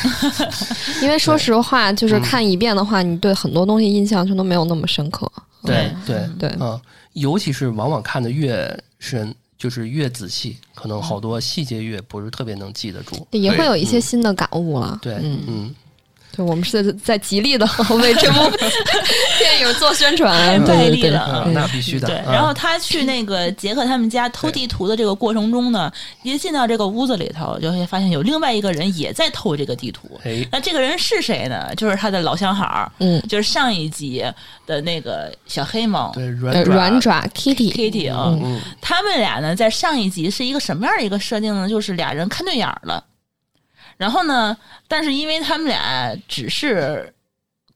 因为说实话，嗯就是看一遍的话，你对很多东西印象就都没有那么深刻。对对对，啊，尤其是往往看的越深，就是越仔细，可能好多细节越不是特别能记得住。也会对有一些新的感悟了。嗯对，嗯，嗯对，我们是在在极力的为这部 电影做宣传，太卖对力对对了啊，那必须的。对，啊然后他去那个杰克他们家偷地图的这个过程 中呢，一进到这个屋子里头，就会发现有另外一个人也在偷这个地图。哎，那这个人是谁呢？就是他的老相好，嗯，就是上一集的那个小黑猫对，呃软软爪 Kitty， Kitty 啊、嗯他们俩呢，在上一集是一个什么样的一个设定呢？就是俩人看对眼儿了，然后呢，但是因为他们俩只是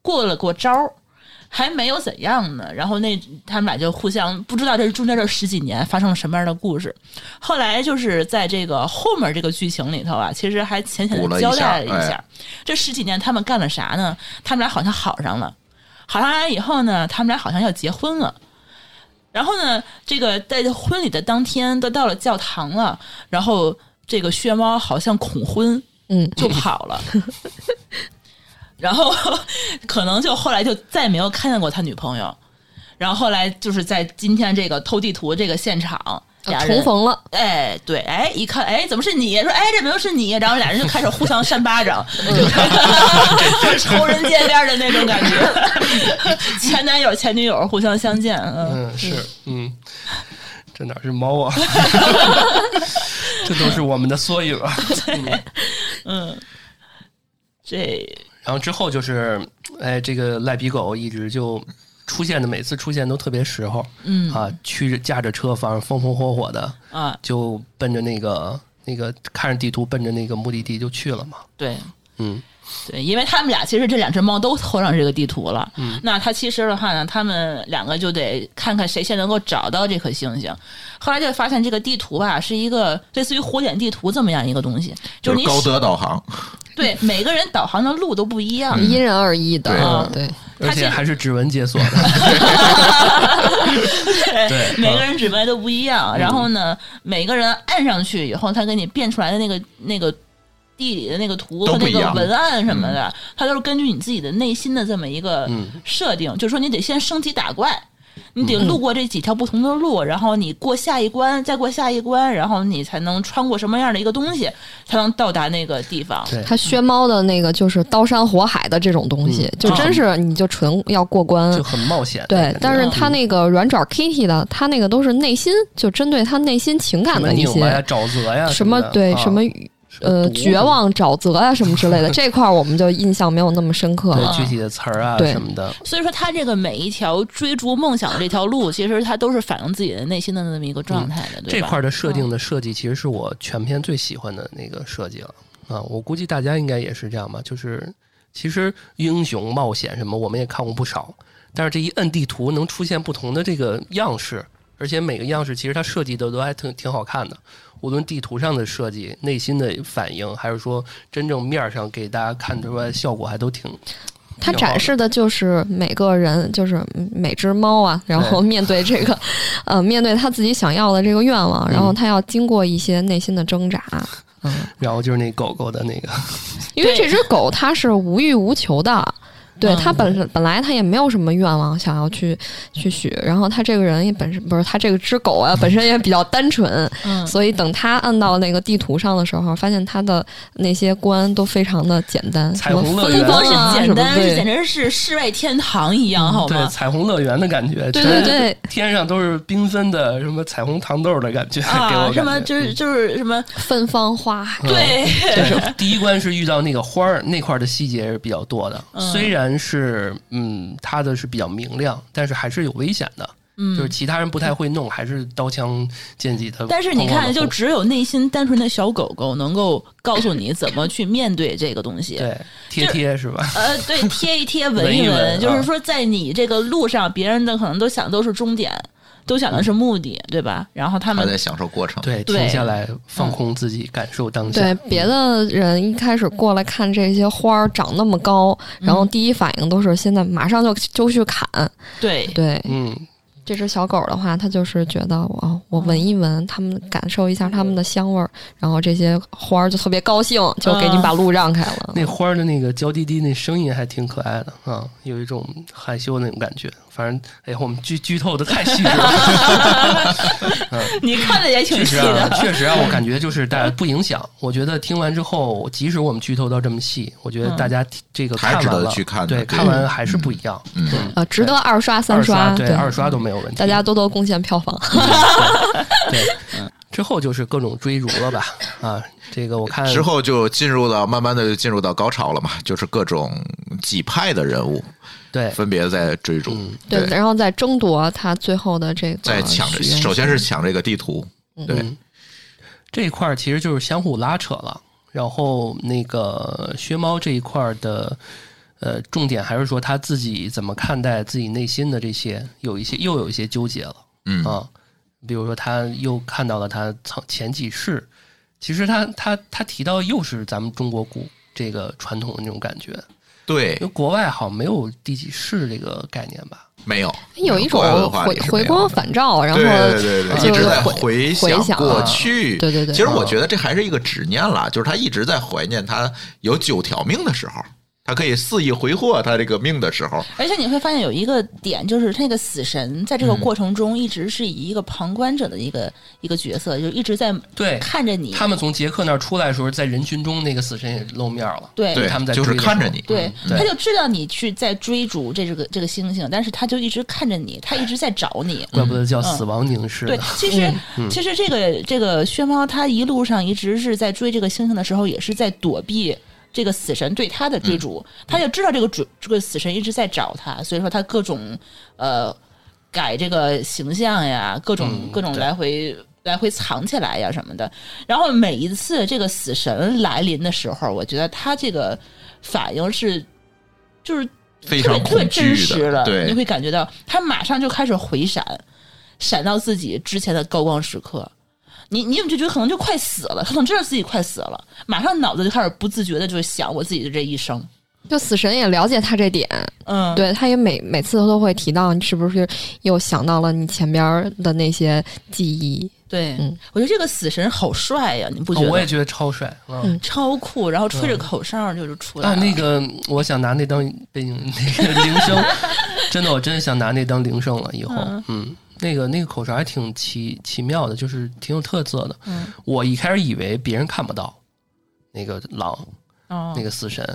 过了过招儿，还没有怎样呢，然后那他们俩就互相不知道这中间这十几年发生了什么样的故事。后来就是在这个后面这个剧情里头啊，其实还浅浅补了一的交下代了一哎下，这十几年他们干了啥呢？他们俩好像好上了，好上来以后呢，他们俩好像要结婚了。然后呢，这个在婚礼的当天都到了教堂了，然后这个薛猫好像恐婚嗯，就跑了， 然后可能就后来就再也没有看见过他女朋友。然后后来就是在今天这个偷地图这个现场，俩啊人呃重逢了，哎，对，哎，一看，哎，怎么是你？说，哎，这没有是你，然后俩人就开始互相扇巴掌，嗯就开 始仇人见面的那种感觉， 前男友前女友互相相见，嗯，嗯，是，嗯，这哪是猫 啊？这都是我们的缩影啊！这然后之后就是，哎，这个赖皮狗一直就出现的，每次出现都特别时候，嗯啊，驱着驾着车，反正风风火火的，啊，就奔着那个那个看着地图，奔着那个目的地就去了嘛。对。嗯，对，因为他们俩其实这两只猫都偷上这个地图了。嗯，那他其实的话呢，他们两个就得看看谁先能够找到这颗星星。后来就发现这个地图吧，是一个类似于火点地图这么样一个东西，就是是你高德导航，对每个人导航的路都不一嗯样。因人而异的，嗯对，而它且这还是指纹解锁 的。对哎嗯每个人指纹都不一样。然后呢，每个人按上去以后，他给你变出来的那个那个地理的那个图都和不那一个样文案什嗯么的，它都是根据你自己的内心的这么一个设定，就是说你得先升级打怪。你嗯得路过这几条不同的路，然后你过下一关，再过下一关，然后你才能穿过什么样的一个东西，才能到达那个地方。对它薛猫的那个就是刀山火海的这种东西，就真是你就纯要过关，嗯就很嗯冒险的感对觉。，啊但是它那个软爪 Kitty 的，它那个都是内心，就针对他内心情什感么的一拧巴呀、些沼泽呀什么么的对啊什么什么呃毒绝望、沼泽呀什么之类的这块，我们就印象没有那么深刻了。对具体的词儿啊对什么的，所以说，他这个每一条追逐梦想的这条路，其实他都是反映自己的内心的那么一个状态的，嗯对这吧？块儿的设定的嗯设计，其实是我全片最喜欢的那个设计了啊！我估计大家应该也是这样吧，就是其实英雄冒险什么我们也看过不少，但是这一摁地图能出现不同的这个样式，而且每个样式其实它设计的都还挺挺好看的。无论地图上的设计、内心的反应，还是说真正面儿上给大家看出来的效果，还都挺它展示的就是每个人，就是每只猫啊，然后面对这 个，呃，面对他自己想要的这个愿望，嗯然后他要经过一些内心的挣扎。然后就是那狗狗的那个，因为这对只狗它是无欲无求的，对嗯它本本来它也没有什么愿望想要嗯去去许，然后它这个人也本身不是它这个只狗啊，本身也比较单纯，嗯，所以等它按到那个地图上的时候，发现它的那些关都非常的简单，彩什么虹乐不园风光是光啊简什么单，是对。简直是世外天堂一样，好嗯对吗？彩虹乐园的感觉，对全对对，天上都是缤纷的，什么彩虹糖豆的感觉， 给我啊，感什么觉嗯就是就是什么，芬芳花海，对， 对，第一关是遇到那个花儿那块儿的细节是比较多的，嗯虽然是嗯，它的是比较明亮，但是还是有危险的，就是嗯。其他人不太会弄，还是刀枪剑戟的。但是你看，哐哐地就轰只有内心单纯的小狗狗能够告诉你怎么去面对这个东西。对贴贴是吧？呃，对，贴 一贴，闻闻一闻，闻就啊是说，在你这个路上，别人的可能都想都是终点，都想的是目的，对吧？然后他他们在享受过程。对，对停下来放空自己，感受当下。对别的人一开始过来看这些花儿长那么高，然后第一反应都是现在马上就就去砍，对 对，嗯，这只小狗的话，它就是觉得我我闻一闻，它们感受一下它们的香味儿，然后这些花儿就特别高兴，就给你把路让开了。那花儿的那个娇滴滴那声音还挺可爱的啊，有一种害羞那种感觉。反正哎，我们剧剧透的太细致了，你看的也挺确细实啊 的，，确实让我感觉就是大家不影响。我觉得听完之后，即使我们剧透到这么细，我觉得大家这个还看值完得了去看的对，对看完还是不一样。嗯，呃，值得二刷三二刷对，对二刷都没有问题，大家多多贡献票房。对。之后就是各种追逐了吧？啊，这个我看哎之后就进入到慢慢的就进入到高潮了嘛，就是各种几派的人物对分别在追逐，哎嗯对，然后再争夺它最后的这个在抢着，许愿首先是抢这个地图，对，这一块儿其实就是相互拉扯了。然后那个薛猫这一块儿的，呃，重点还是说他自己怎么看待自己内心的这些，有一些又有一些纠结了嗯，啊。比如说，他又看到了他曾前几世，其实他他他提到又是咱们中国古这个传统的那种感觉，对因为，国外好像没有第几世这个概念吧？没有哎有一种国外文化回里是没回有光的返照，然后对对对就对，一直在回想想过啊去。对对对嗯其实我觉得这还是一个执念啦，就是他一直在怀念他有九条命的时候，他可以肆意挥霍他这个命的时候。而且你会发现有一个点，就是那个死神在这嗯个过程中一直是以一个旁观者的一个、一个角色，就一直在对，看着你。他们从杰克那儿出来的时候，在人群中那个死神也露面了。对对，他们在就是追的看时着候你，嗯对，嗯对他就知道你去在追逐这个这个星星，但是他就一直看着你，他一直在找你。怪不得叫嗯死亡凝视呢。对，其实、嗯其实这个这个薛猫，它一路上一直是在追这个星星的时候，也是在躲避这个死神对它的嗯追逐。它就知道这个主这个死神一直在找它，所以说它各种呃改这个形象呀，各种、嗯各种对来回来回藏起来呀什么的。然后每一次这个死神来临的时候，我觉得他这个反应是就是非常特别特别恐真惧实的。了，你对，会感觉到他马上就开始回闪，闪到自己之前的高光时刻。你你就觉得可能就快死了，他可能知道自己快死了，马上脑子就开始不自觉的就想我自己的这一生，就死神也了解他这点，嗯，对，他也每每次都会提到你是不是又想到了你前边儿的那些记 忆，对，嗯我觉得这个死神好帅呀，你不觉哦得？我也觉得超帅啊！嗯超酷，然后嗯吹着口哨就是出来啊，了，那个，我想拿那当背景那个铃声，真的，我真的想拿那当铃声了。以后，嗯，那个那个口哨还挺奇奇妙的，就是挺有特色的。嗯我一开始以为别人看不到那个狼，哦那个死神，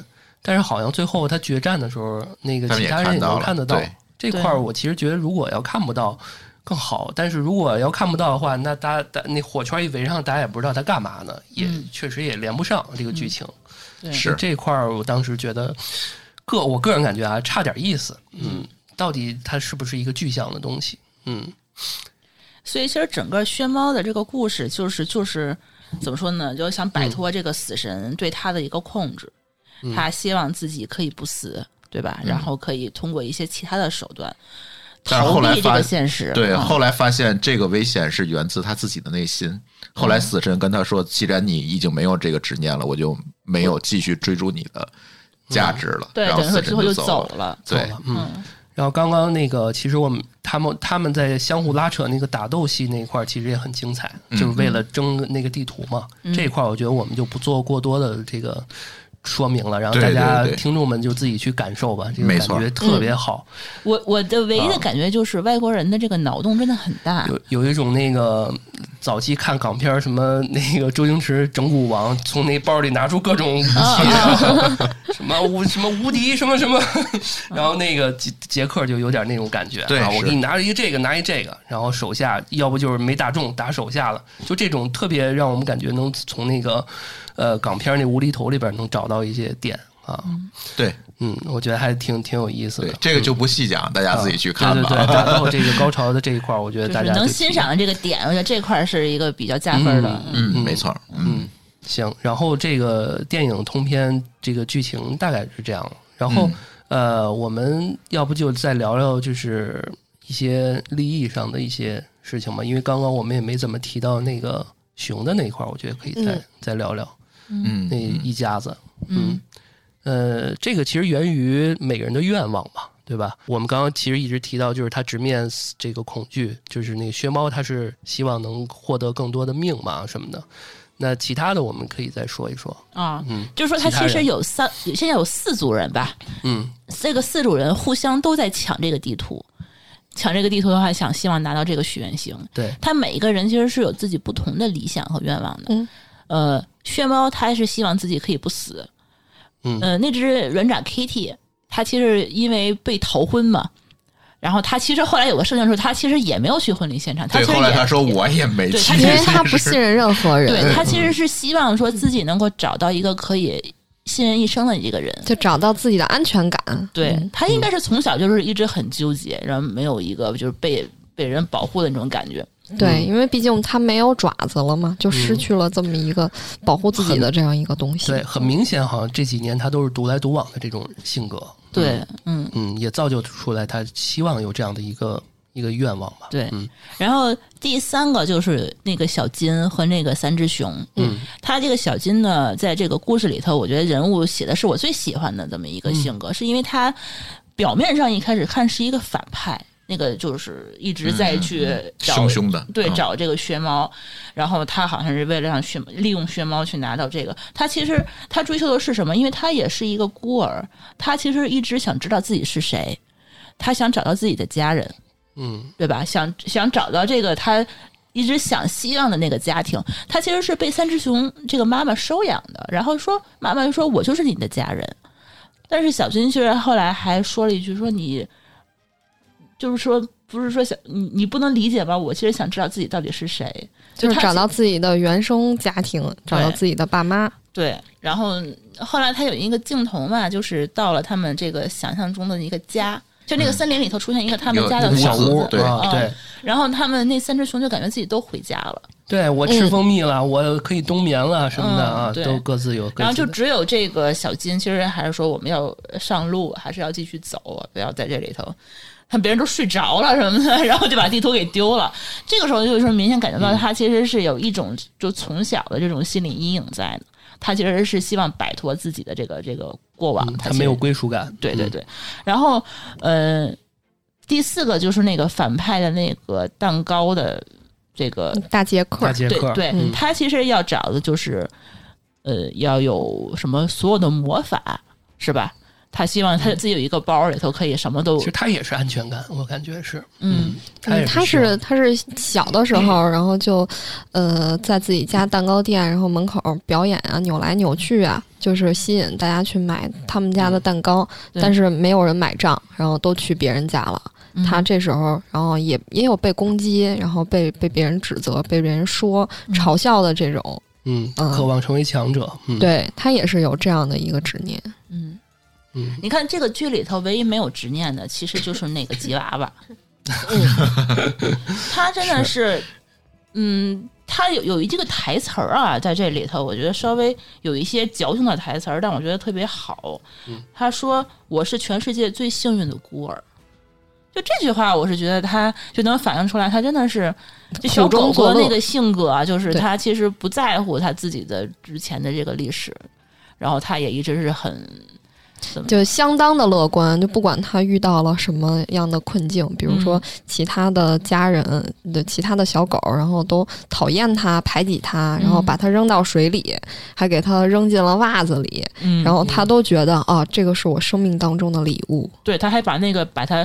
但是好像最后他决战的时候，那个他们其也他人也看到能了看得到对。这块儿我其实觉得，如果要看不到更好，但是如果要看不到的话，那大家大那火圈一围上，大家也不知道他干嘛呢，也嗯确实也连不上这个剧情。对是这块儿，我当时觉得个我个人感觉啊，差点意思。嗯，到底它是不是一个具象的东西？嗯，所以其实整个薛猫的这个故事，就是就是怎么说呢，就是想嗯摆脱这个死神对他的一个控制，他希望自己可以不死，对吧？然后可以通过一些其他的手段嗯但是逃后来避这发个现实。对，嗯后来发现这个危险是源自他自己的内心。后来死神跟他说：“既然你已经没有这个执念了，我就没有继续追逐你的价值了，嗯对，然后等于死说之神后就走了。了。走对，了，嗯。然后刚刚那个，其实我们他们他们在相互拉扯那个打斗戏那一块儿，其实也很精彩，嗯就是为了争那个地图嘛。这一块儿我觉得我们就不做过多的这个说明了，然后大家对对对听众们就自己去感受吧。这个没感错觉特别好，我我的唯啊一的感觉就是外国人的这个脑洞真的很大，有有一种那个早期看港片儿什么那个周星驰整蛊王从那包里拿出各种武器，嗯然后 什么无什么无敌什么什么，然后那个杰杰克就有点那种感觉，对啊，我是给你拿一个这个，拿一这个，然后手下要不就是没打中打手下了，就这种特别让我们感觉能从那个呃港片儿那无厘头里边能找到一些点啊，对嗯，我觉得还挺挺有意思的对，，这个就不细讲，大家自己去对看嗯对对， 吧。打斗这个高潮的这一块儿，我觉得就大是家能就欣赏的这个点，我觉得这块儿是一个比较加分的。嗯，没错，嗯，行，然后这个电影通篇这个剧情大概是这样，然后、呃，我们要不就再聊聊就是一些利益上的一些事情嘛，因为刚刚我们也没怎么提到那个熊的那一块儿，我觉得可以再、嗯再聊聊嗯那一家子，嗯呃，这个其实源于每个人的愿望嘛，对吧？我们刚刚其实一直提到，就是他直面这个恐惧，就是那个薛猫，他是希望能获得更多的命嘛什么的。那其他的我们可以再说一说。啊，嗯就是说他其他其实人有三，现在有四组人吧，嗯这个四组人互相都在抢这个地图，抢这个地图的话，想希望拿到这个许愿星。对，他每一个人其实是有自己不同的理想和愿望的。嗯，呃，血猫他是希望自己可以不死。嗯呃，那只软爪 Kitty，它其实因为被逃婚嘛，然后他其实后来有个设定说，他其实也没有去婚礼现场，他对。其实也后来他说我也没对去，他因为 其实他不信任任何对人，他其实是希望说自己能够找到一个可以信任一生的一个人。就找到自己的安全感。对嗯他应该是从小就是一直很纠结，然后没有一个就是被被人保护的那种感觉。对，因为毕竟他没有爪子了嘛，就嗯失去了这么一个保护自己的这样一个东西。对，很明显，好像这几年他都是独来独往的这种性格。对，嗯，嗯，也造就出来他希望有这样的一个一个愿望吧。对嗯。然后第三个就是那个小金和那个三只熊。嗯，他这个小金呢，在这个故事里头，我觉得人物写的是我最喜欢的这么一个性格，是因为他表面上一开始看是一个反派，那个就是一直在去找凶凶的，对，嗯找这个薛猫，然后他好像是为了让薛利用薛猫去拿到这个。他其实他追求的是什么？因为他也是一个孤儿，他其实一直想知道自己是谁，他想找到自己的家人，嗯对吧？想想找到这个他一直想希望的那个家庭。他其实是被三只熊这个妈妈收养的，然后说妈妈就说我就是你的家人。但是小金其实后来还说了一句说你，就是说不是说想你你不能理解吧？我其实想知道自己到底是谁。就是他找到自己的原生家庭，找到自己的爸妈。对，然后后来他有一个镜头嘛，就是到了他们这个想象中的一个家，就那个森林里头出现一个他们嗯有家一的个小小子屋对啊，对然后他们那三只熊就感觉自己都回家了，对，我吃蜂蜜了，我可以冬眠了什么的啊，嗯对都各自有各自的。嗯然后就只有这个小金，其实还是说我们要上路，还是要继续走，不要在这里头。看别人都睡着了什么的， 然后就把地图给丢了。这个时候就是明显感觉嗯到他其实是有一种就从小的这种心理阴影在的。他其实是希望摆脱自己的这个这个过往，嗯他他其实没有归属感。对对嗯，对。然后呃，第四个就是那个反派的那个蛋糕的这个，大杰克大，杰对克，对，嗯他其实要找的就是呃，要有什么所有的魔法是吧？他希望他自己有一个包里头可以什么都其实他也嗯是安全感，我感觉是，嗯，他也嗯，他希望是他是小的时候，然后就呃在自己家蛋糕店，然后门口表演啊，扭来扭去啊，就是吸引大家去买他们嗯家的蛋糕，对但是没有人买账，然后都去别人家了。嗯他这时候，然后也也有被攻击，然后被被别人指责、被别人说、嘲笑的这种，嗯，嗯渴望成为强者，嗯，，对他也是有这样的一个执念。嗯。嗯，你看这个剧里头唯一没有执念的，其实就是那个吉娃娃，他真的是，嗯，他有有一这个台词儿啊，在这里头，我觉得稍微有一些矫情的台词儿，但我觉得特别好。嗯他说：“我是全世界最幸运的孤儿。”就这句话，我是觉得他就能反映出来，他真的是这小苦中狗狗作乐那个性格啊，就是对他其实不在乎他自己的之前的这个历史，然后他也一直是很怎么就相当的乐观，嗯就不管他遇到了什么样的困境，比如说其他的家人的、其他的小狗，然后都讨厌他、排挤他，然后嗯把他扔到水里，还给他扔进了袜子里，嗯，然后他都觉得啊，这个是我生命当中的礼物。对，他还把那个把它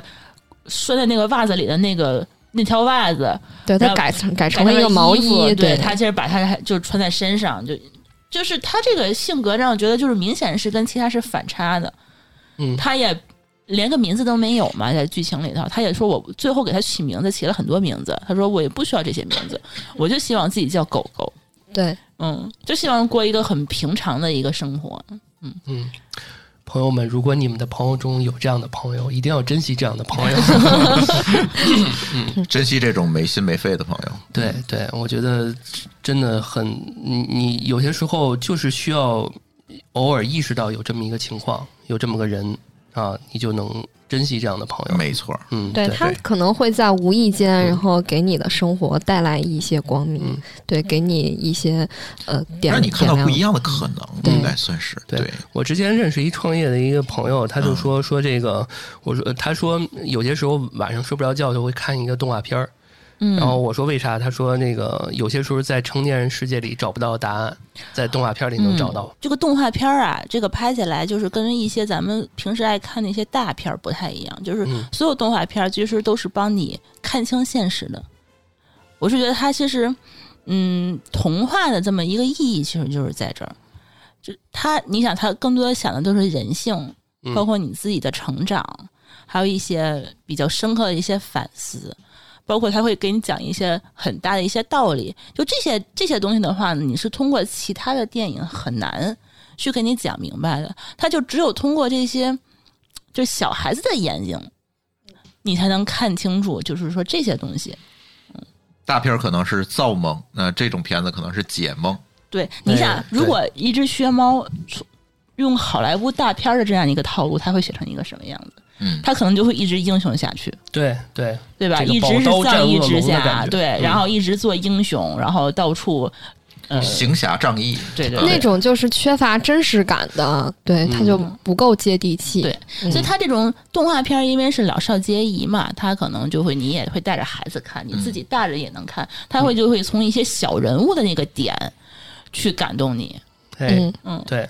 拴在那个袜子里的那个那条袜子对他然后改成改改成了一个毛衣服，对他其实把它还就穿在身上，就就是他这个性格让我觉得就是明显是跟其他是反差的，嗯他也连个名字都没有嘛，在剧情里头，他也说我最后给他起名字起了很多名字，他说我也不需要这些名字，我就希望自己叫狗狗，对，嗯，就希望过一个很平常的一个生活，嗯，朋友们，如果你们的朋友中有这样的朋友，一定要珍惜这样的 朋友。珍惜这种没心没肺的朋友。对对，我觉得真的很，你你有些时候就是需要偶尔意识到有这么一个情况，有这么个人啊，你就能珍惜这样的朋友。没错，嗯，对对他可能会在无意间，然后给你的生活带来一些光明，嗯对，给你一些呃点让你看到点不亮一样嗯的可能，对应该算是对。我之前认识一创业的一个朋友，他就说、说这个，我说他说有些时候晚上睡不着觉就会看一个动画片儿，嗯，然后我说为啥？他说那个有些时候在成年人世界里找不到答案，在动画片儿里嗯能找到。这个动画片儿啊，这个拍起来就是跟一些咱们平时爱看那些大片儿不太一样，就是嗯所有动画片儿其实都是帮你看清现实的。我是觉得它其实，嗯，童话的这么一个意义，其实就是在这儿。就它，你想，它更多的想的都是人性，嗯包括你自己的成长，还有一些比较深刻的一些反思，包括他会给你讲一些很大的一些道理。就这些这些东西的话呢，你是通过其他的电影很难去给你讲明白的，他就只有通过这些就小孩子的眼睛，你才能看清楚，就是说这些东西。大片儿可能是造梦，那这种片子可能是解梦。对，你想，对如果一只薛猫出用好莱坞大片儿的这样一个套路，它会写成一个什么样子？嗯，它可能就会一直英雄下去。对对，对吧？这个一直是宝刀战藏一恶直龙的感下，觉对，嗯然后一直做英雄，然后到处，呃，行侠仗义，对对呃对那种就是缺乏真实感的，对，嗯他就不够接地气。对嗯所以他这种动画片，因为是老少皆宜嘛，他可能就会你也会带着孩子看，你自己大人也能看，他会就会从一些小人物的那个点去感动你。哎，嗯，嗯，对，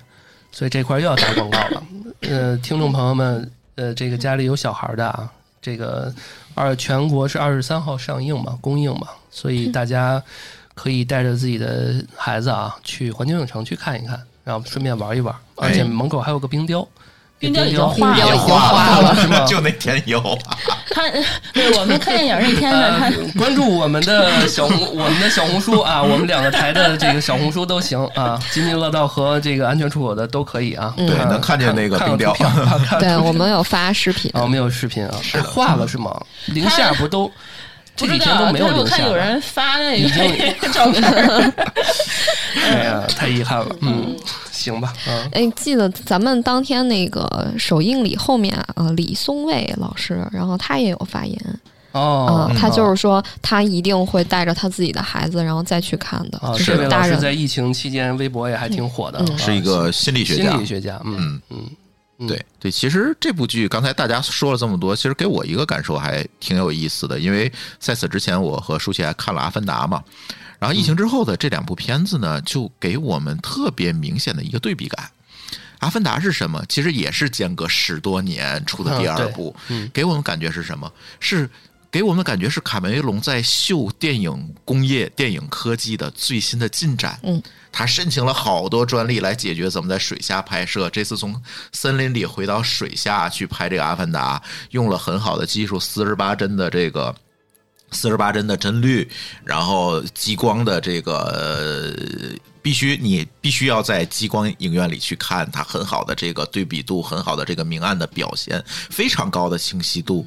所以这块儿又要打广告了。呃，听众朋友们，呃，这个家里有小孩儿的啊，这个二全国是二十三号上映嘛，公映嘛，所以大家可以带着自己的孩子啊，去环球影城去看一看，然后顺便玩一玩。而且哎门口还有个冰雕，冰雕已经冰化雕了已经化了是吗就那天有，啊他， 对我们看电影那嗯天 呢，呃他，关注我们的小红， 我们的小红书啊，我们两个台的这个小红书都行啊，津津乐道和这个安全出口的都可以啊。对，能看见那个冰雕。嗯对，我们有发视频，啊，我们有视频啊，哎化了是吗？零他下不都这不几知天道，都没有但是我零下看有了人发那已经个 照片儿， 哎呀，太遗憾了。嗯，行吧，嗯，哎，记得咱们当天那个首映礼后面，呃，李松蔚老师，然后他也有发言啊、哦，他就是说他一定会带着他自己的孩子，然后再去看的，啊，就这位是老大师人在疫情期间微博也还挺火的，嗯啊是一个 心理学心家理。学家，嗯嗯，嗯对对，其实这部剧刚才大家说了这么多，其实给我一个感受还挺有意思的，因为在此之前我和舒淇还看了《阿凡达》嘛，然后疫情之后的这两部片子呢，就给我们特别明显的一个对比感。《阿凡达》是什么？其实也是间隔十多年出的第啊二对部，嗯给我们感觉是什么？是给我们感觉是卡梅隆在秀电影工业、电影科技的最新的进展。嗯，他申请了好多专利来解决怎么在水下拍摄。这次从森林里回到水下去拍这个《阿凡达》，用了很好的技术，四十八帧的这个。四十八帧的帧率，然后激光的这个、呃必须你必须要在激光影院里去看，它很好的这个对比度，很好的这个明暗的表现，非常高的清晰度。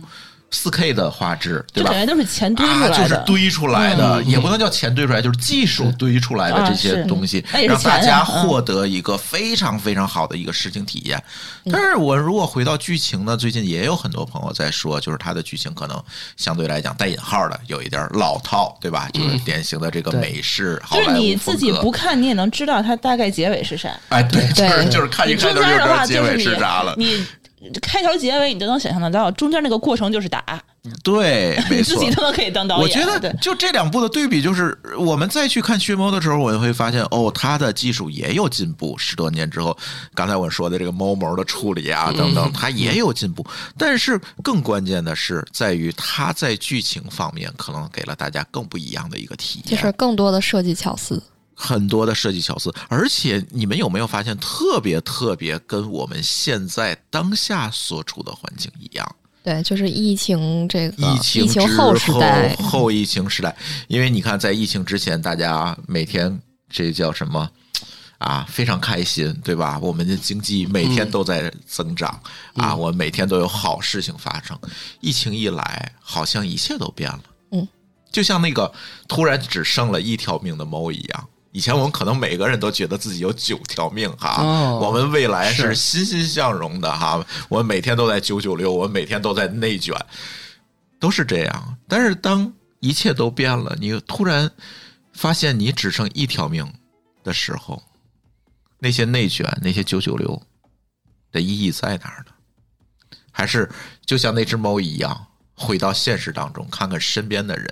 四 K 的画质，对就吧感？觉都是钱堆出啊，来就是的。嗯堆出来的，也不能叫钱堆出来，就是技术堆出来的啊这些是东西，那也是让大钱家呀嗯获得一个非常非常好的一个视听体验。但是我如果回到剧情呢，最近也有很多朋友在说，就是它的剧情可能相对来讲带引号的有一点老套，对吧？就是典型的这个对美式好嗯就是莱坞你风自己格不看，你也能知道它大概结尾是啥。哎，对，就是对就是看一你开中头就间知的道话结就是尾你是啥了。你开头结尾你都能想象得到，中间那个过程就是打，对，没 你自错己。都能可以当导演。我觉得对就这两部的对比，就是我们再去看《血猫》的时候，我就会发现哦，它的技术也有进步。十多年之后，刚才我说的这个猫毛的处理啊等嗯等，它也有进步。但是更关键的是，在于它在剧情方面可能给了大家更不一样的一个体验。就是更多的设计巧思。很多的设计巧思，而且你们有没有发现，特别特别跟我们现在当下所处的环境一样？对，就是疫情这个疫情之后时代，后疫情时代，因为你看，在疫情之前，大家每天这叫什么？啊，非常开心，对吧？我们的经济每天都在增长、啊，我们每天都有好事情发生。疫情一来，好像一切都变了。嗯，就像那个突然只剩了一条命的猫一样。以前我们可能每个人都觉得自己有九条命哈，哦我们未来是是欣欣向荣的哈。我们每天都在九九六，我们每天都在内卷，都是这样。但是当一切都变了，你突然发现你只剩一条命的时候，那些内卷、那些九九六的意义在哪儿呢？还是就像那只猫一样，回到现实当中，看看身边的人，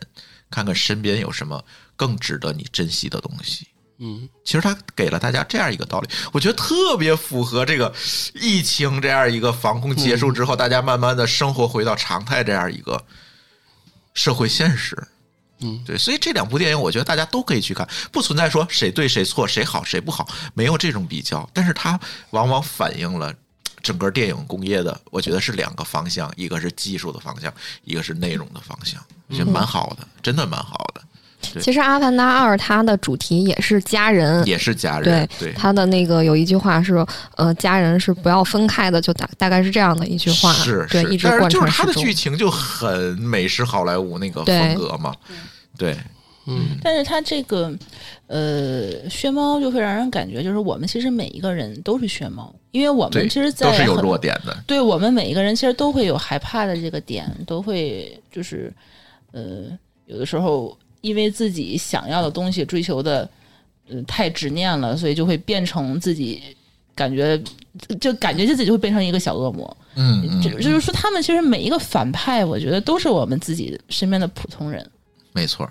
看看身边有什么更值得你珍惜的东西。嗯，其实他给了大家这样一个道理，我觉得特别符合这个疫情这样一个防控结束之后，大家慢慢的生活回到常态这样一个社会现实。嗯对，所以这两部电影，我觉得大家都可以去看，不存在说谁对谁错、谁好谁不好，没有这种比较。但是它往往反映了整个电影工业的，我觉得是两个方向，一个是技术的方向，一个是内容的方向，我觉得蛮好的，真的蛮好的，其实《阿凡达二》它的主题也是家人，也是家人嗯对。对它的那个有一句话是，呃，家人是不要分开的，就大大概是这样的一句话，是对，是一直但是贯就是穿始它的终。剧情就很美式好莱坞那个风对格嘛，对，嗯但是它这个，呃，薛猫就会让人感觉，就是我们其实每一个人都是薛猫，因为我对，们其实在都是有很弱点的，对我们每一个人其实都会有害怕的这个点，都会就是呃，有的时候因为自己想要的东西追求的呃太执念了，所以就会变成自己感觉就感觉自己就会变成一个小恶魔。嗯嗯，这就是说，他们其实每一个反派，我觉得都是我们自己身边的普通人。没错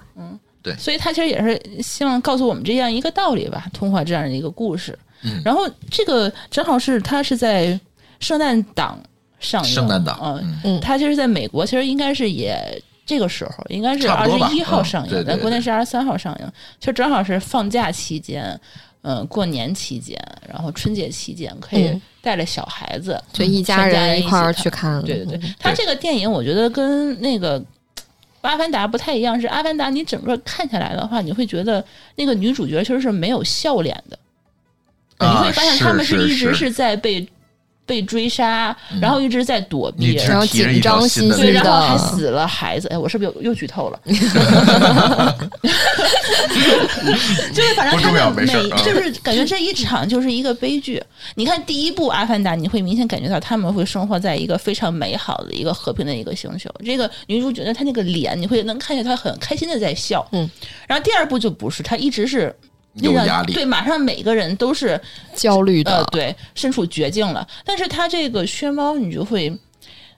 儿，所以他其实也是希望告诉我们这样一个道理吧，通过这样的一个故事。嗯然后这个正好是他是在圣诞档上映，圣诞档，嗯，嗯，嗯它其实在美国其实应该是也这个时候，应该是差二不多十吧一号嗯上映，对对咱国内对是二十三号上映，就正好是放假期间，嗯，过年期间，然后春节期间可以嗯带着小孩子，就一家全家人人一块儿起去看，对对对，它对这个电影我觉得跟那个。阿凡达不太一样，是阿凡达，你整个看下来的话，你会觉得那个女主角其实是没有笑脸的，啊你会发现是他们一直是嗯是在被被追杀，然后一直在躲避，你只然后提着一紧条张新的兮对，兮那然个后还的死了孩子，哎，我是不是又又 剧透了？就是反正不重要他没们事儿每啊就是感觉这一场就是一个悲剧。你看第一部《阿凡达》，你会明显感觉到他们会生活在一个非常美好的一个和平的一个星球。这个女主角呢，她那个脸，你会能看见她很开心的在笑。嗯，然后第二部就不是，她一直是。那有个压力对，马上每个人都是焦虑的，呃，对，身处绝境了。但是他这个薛猫，你就会，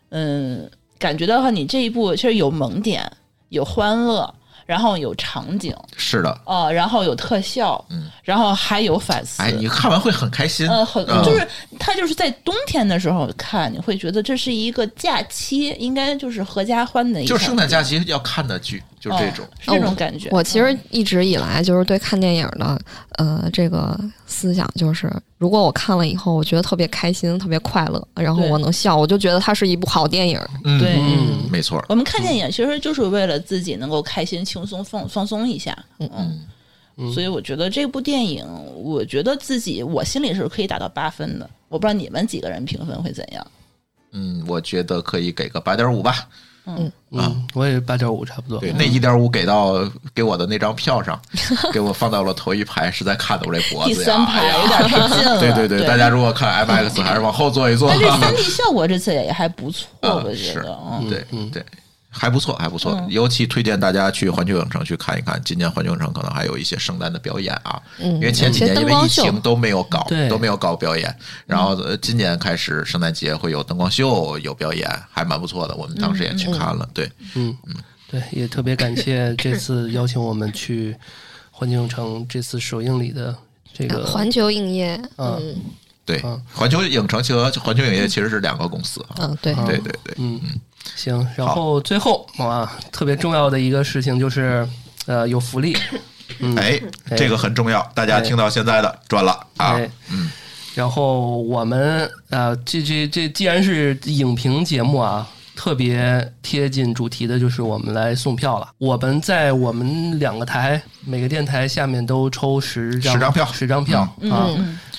嗯，感觉到话，你这一部其实有萌点，有欢乐，然后有场景，是的，哦、然后有特效，嗯，然后还有反思。哎，你看完会很开心，呃，很嗯就是他就是在冬天的时候看，你会觉得这是一个假期，应该就是合家欢的一就场圣诞假期要看的剧，就是这种哦，是这哦种感觉。嗯我其实一直以来就是对看电影的呃这个思想，就是如果我看了以后，我觉得特别开心，特别快乐，然后对我能笑，我就觉得它是一部好电影。嗯，对嗯没错儿，我们看电影其实就是为了自己能够开心、轻松、放放松一下。嗯，所以我觉得这部电影，我觉得自己我心里是可以打到八分的。我不知道你们几个人评分会怎样？嗯，我觉得可以给个八点五吧，嗯，我也八点五差不多。对，那一点五给到给我的那张票上，给我放到了头一排，实在看的我这脖第子呀，三排哎呀有点 太近了。对对嗯对，对，大家如果看 MX 还是往后坐一坐但是吧。 三 D 效果这次也还不错，嗯我觉是得。嗯对对，还不错，还不错。尤其推荐大家去环球影城去看一看，今年环球影城可能还有一些圣诞的表演啊，嗯因为前几有些年因灯为光疫情秀都没有搞嗯对，都没有嗯搞表演。然后呃今年开始圣诞节会有灯光秀，有表演，还蛮不错的。我们当时也去看了，对，嗯，对，也特别感 谢这次邀请我们去环球影城这次首映礼的这个啊环球影业，嗯嗯对嗯，环球影城和环球影业其实是两个公司啊。嗯，对，嗯对对对，嗯，行，然后最后啊，特别重要的一个事情就是，呃，有福利，嗯，哎，哎这个很重要，大家哎听到现在的赚了啊哎，然后我们呃，这这这既然是影评节目啊，特别贴近主题的就是我们来送票了。我们在我们两个台每个电台下面都抽十张十张票十张票、嗯啊，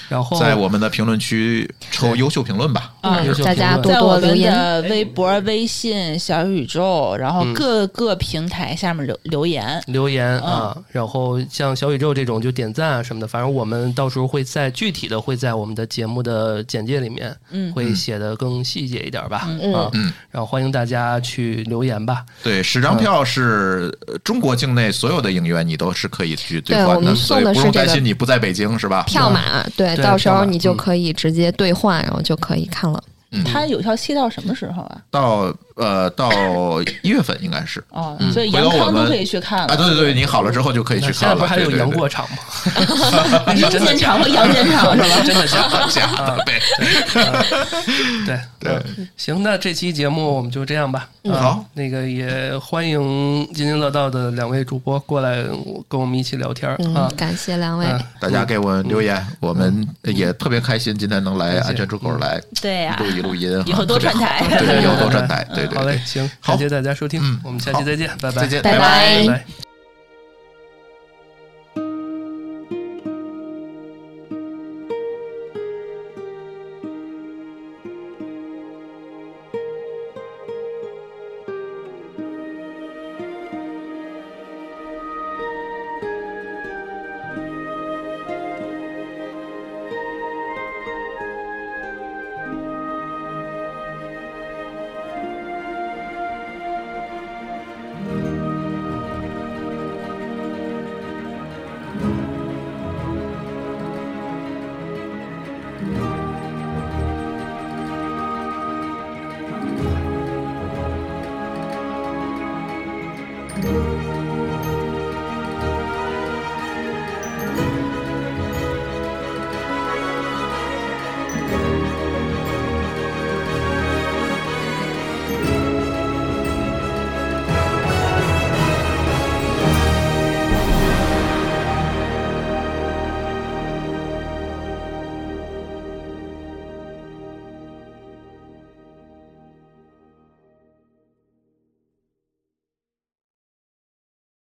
然后在我们的评论区抽优秀评论吧。哦嗯优秀大家评论多在多我留们言。哎的微博、微信、小宇宙，然嗯后各个平台下面留留言。留言啊，然后像小宇宙这种就点赞啊什么的，反正我们到时候会在具体的会在我们的节目的简介里面，嗯会写的更细节一点吧，嗯啊，嗯然后欢迎大家去留言吧，对，十张票是呃中国境内所有的影院你都是可以去兑换对我们所以送的不是用这担个心你不在北京是吧？票码对，啊对到时票码候你就嗯可以直接兑换，然后就可以看了。嗯它有效期到什么时候啊？到呃到一月份应该是。哦，所以嗯回杨头我康都们可以去看啊，了。对对对，你好了之后就可以去现在看不了。是还有对对杨对过场 吗？阴间场和阳间场是吧？真的假的？假 的呗。啊对对嗯嗯行，那这期节目我们就这样吧。啊好，那个也欢迎津津乐道的两位主播过来跟我们一起聊天儿啊嗯，。感谢两位，嗯大家给我们留言，我们也特别开心，今天能来安全出口来对嗯呀录，一录音，以后多特别好串台 对，以后多串台，对对好嘞对，，行，好感谢大家收听嗯，我们下期再见，拜拜，再见，拜拜拜拜。 Thank